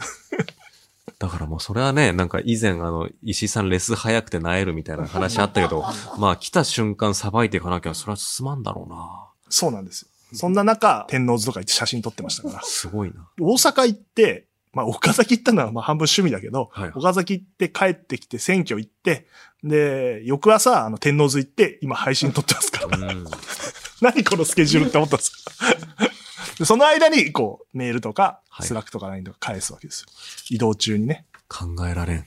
だからもうそれはね、なんか以前あの、石井さんレス早くて萎えるみたいな話あったけ ど、まあ来た瞬間さばいていかなきゃそれは進まんだろう な。
そうなんですよ。そんな中、天王寺とか行って写真撮ってましたから。
すごいな。
大阪行って、まあ、岡崎行ったのはまあ半分趣味だけど、
はい
岡崎行って帰ってきて選挙行って、で、翌朝、あの、天王寺行って、今配信撮ってますから。
うん。
何このスケジュールって思ったんです かでその間に、こう、メールとか、
はい
スラックとか LINE とか返すわけですよ。移動中にね。
考え られん。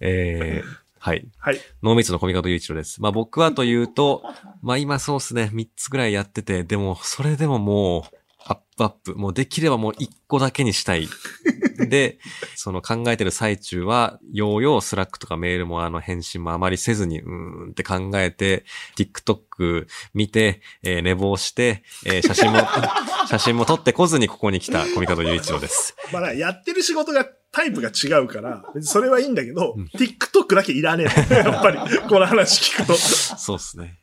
えー、はい。
はい。
ノーミーツの小見方雄一郎です。まあ僕はというと、まあ今そうですね、3つぐらいやってて、でもそれでももう、アップアップ。もうできればもう1個だけにしたい。で、その考えてる最中は、ようようスラックとかメールもあの返信もあまりせずに、うーんって考えて、TikTok 見て、えー寝坊して、えー写真も、写真も撮ってこずにここに来た小見方雄一郎です。
まあ、だからやってる仕事が、タイプが違うから、別にそれはいいんだけど、
うん
TikTok だけいらね えの。やっぱり、この話聞くと。
そうですね。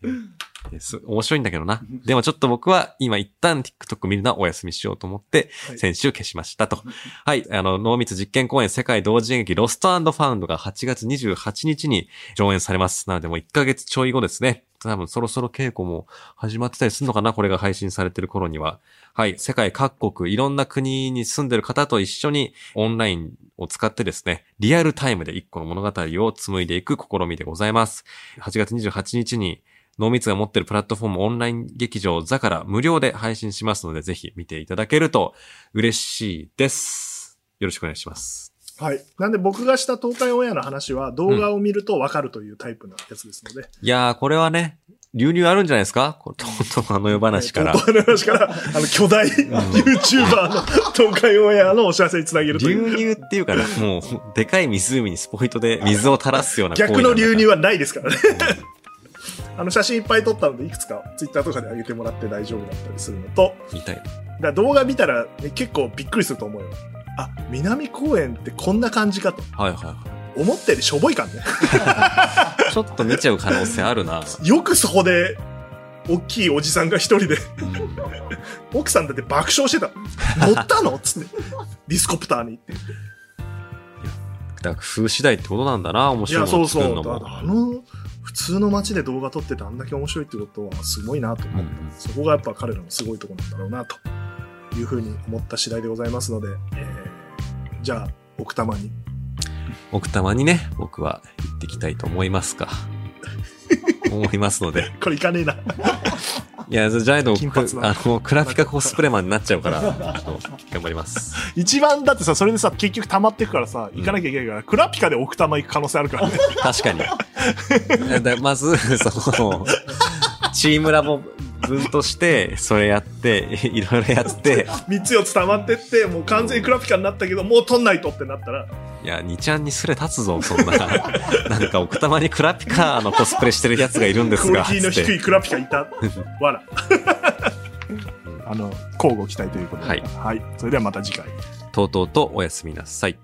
えす面白いんだけどな。でもちょっと僕は今一旦 TikTok 見るのはお休みしようと思って
はい、
先週消しましたと。はい、あの、濃密実験公演世界同時演劇ロストファウンドが8月28日に上演されます。なのでもう1ヶ月ちょい後ですね。多分そろそろ稽古も始まってたりするのかなこれが配信されてる頃には。はい。世界各国、いろんな国に住んでる方と一緒にオンラインを使ってですね、リアルタイムで一個の物語を紡いでいく試みでございます。8月28日に、脳密が持ってるプラットフォームオンライン劇場ザから無料で配信しますので、ぜひ見ていただけると嬉しいです。よろしくお願いします。
はい。なんで僕がした東海オンエアの話は動画を見るとわかるというタイプのやつですので。
いやー、これはね、流入あるんじゃないですかこうとうとうあの世話から
え。ー。東海の話から、あの、巨大 YouTuber の東海オンエアのお知らせにつなげるとい
流
う。
入っていうかね、もう、でかい湖にスポイトで水を垂らすような行為
逆の流入
は。
はないですからね。あの、写真いっぱい撮ったので、いくつか Twitter とかで上げてもらって大丈夫だったりするのと、
みたいな。
だから動画見たら、ね、結構びっくりすると思うよ。あ、南公園ってこんな感じかと。
はいはいは
思ったよりしょぼい感ね。
い。ちょっと見ちゃう可能性あるな。
よくそこで、大きいおじさんが一人で、
うん
奥さんだって爆笑してた。乗ったのつって。ディスコプターに。
だから工夫次第ってことなんだな、面
い
白い
や、
も
そ
の
うそ
を作るの
う。
も。
だからあの、普通の街で動画撮っててあんだけ面白いってことはすごいなと思った。
うんうん
そこがやっぱ彼らのすごいところなんだろうな、というふうに思った次第でございますので、えーじゃあ、奥多摩 に。
奥多摩にね、僕は行ってきたいと思います か。思いますので。
これいかねえな。
いや、じゃないと、
金髪な
あの、クラピカコスプレマンになっちゃうから、あの頑張ります。
一番だってさ、それでさ、結局溜まってくからさ、
ん
行かなきゃいけないから、クラピカで奥多摩行く可能性ある からね。
確かに。だまず、その、チームラボ分として、それやって、いろいろやって、
3つ4つ溜まってって、もう完全にクラピカになったけど、もう撮んないとってなったら、
いや、2ちゃんにすれ立つぞ、そんな。なんか、奥多摩にクラピカのコスプレしてるやつがいるんで
ク
す
オリ
が、
ティの
つっ
低
て
いクラピカい た。わら。あの、交互期待ということで。
はい
はい。それではまた次回。
とうとうとおやすみなさい。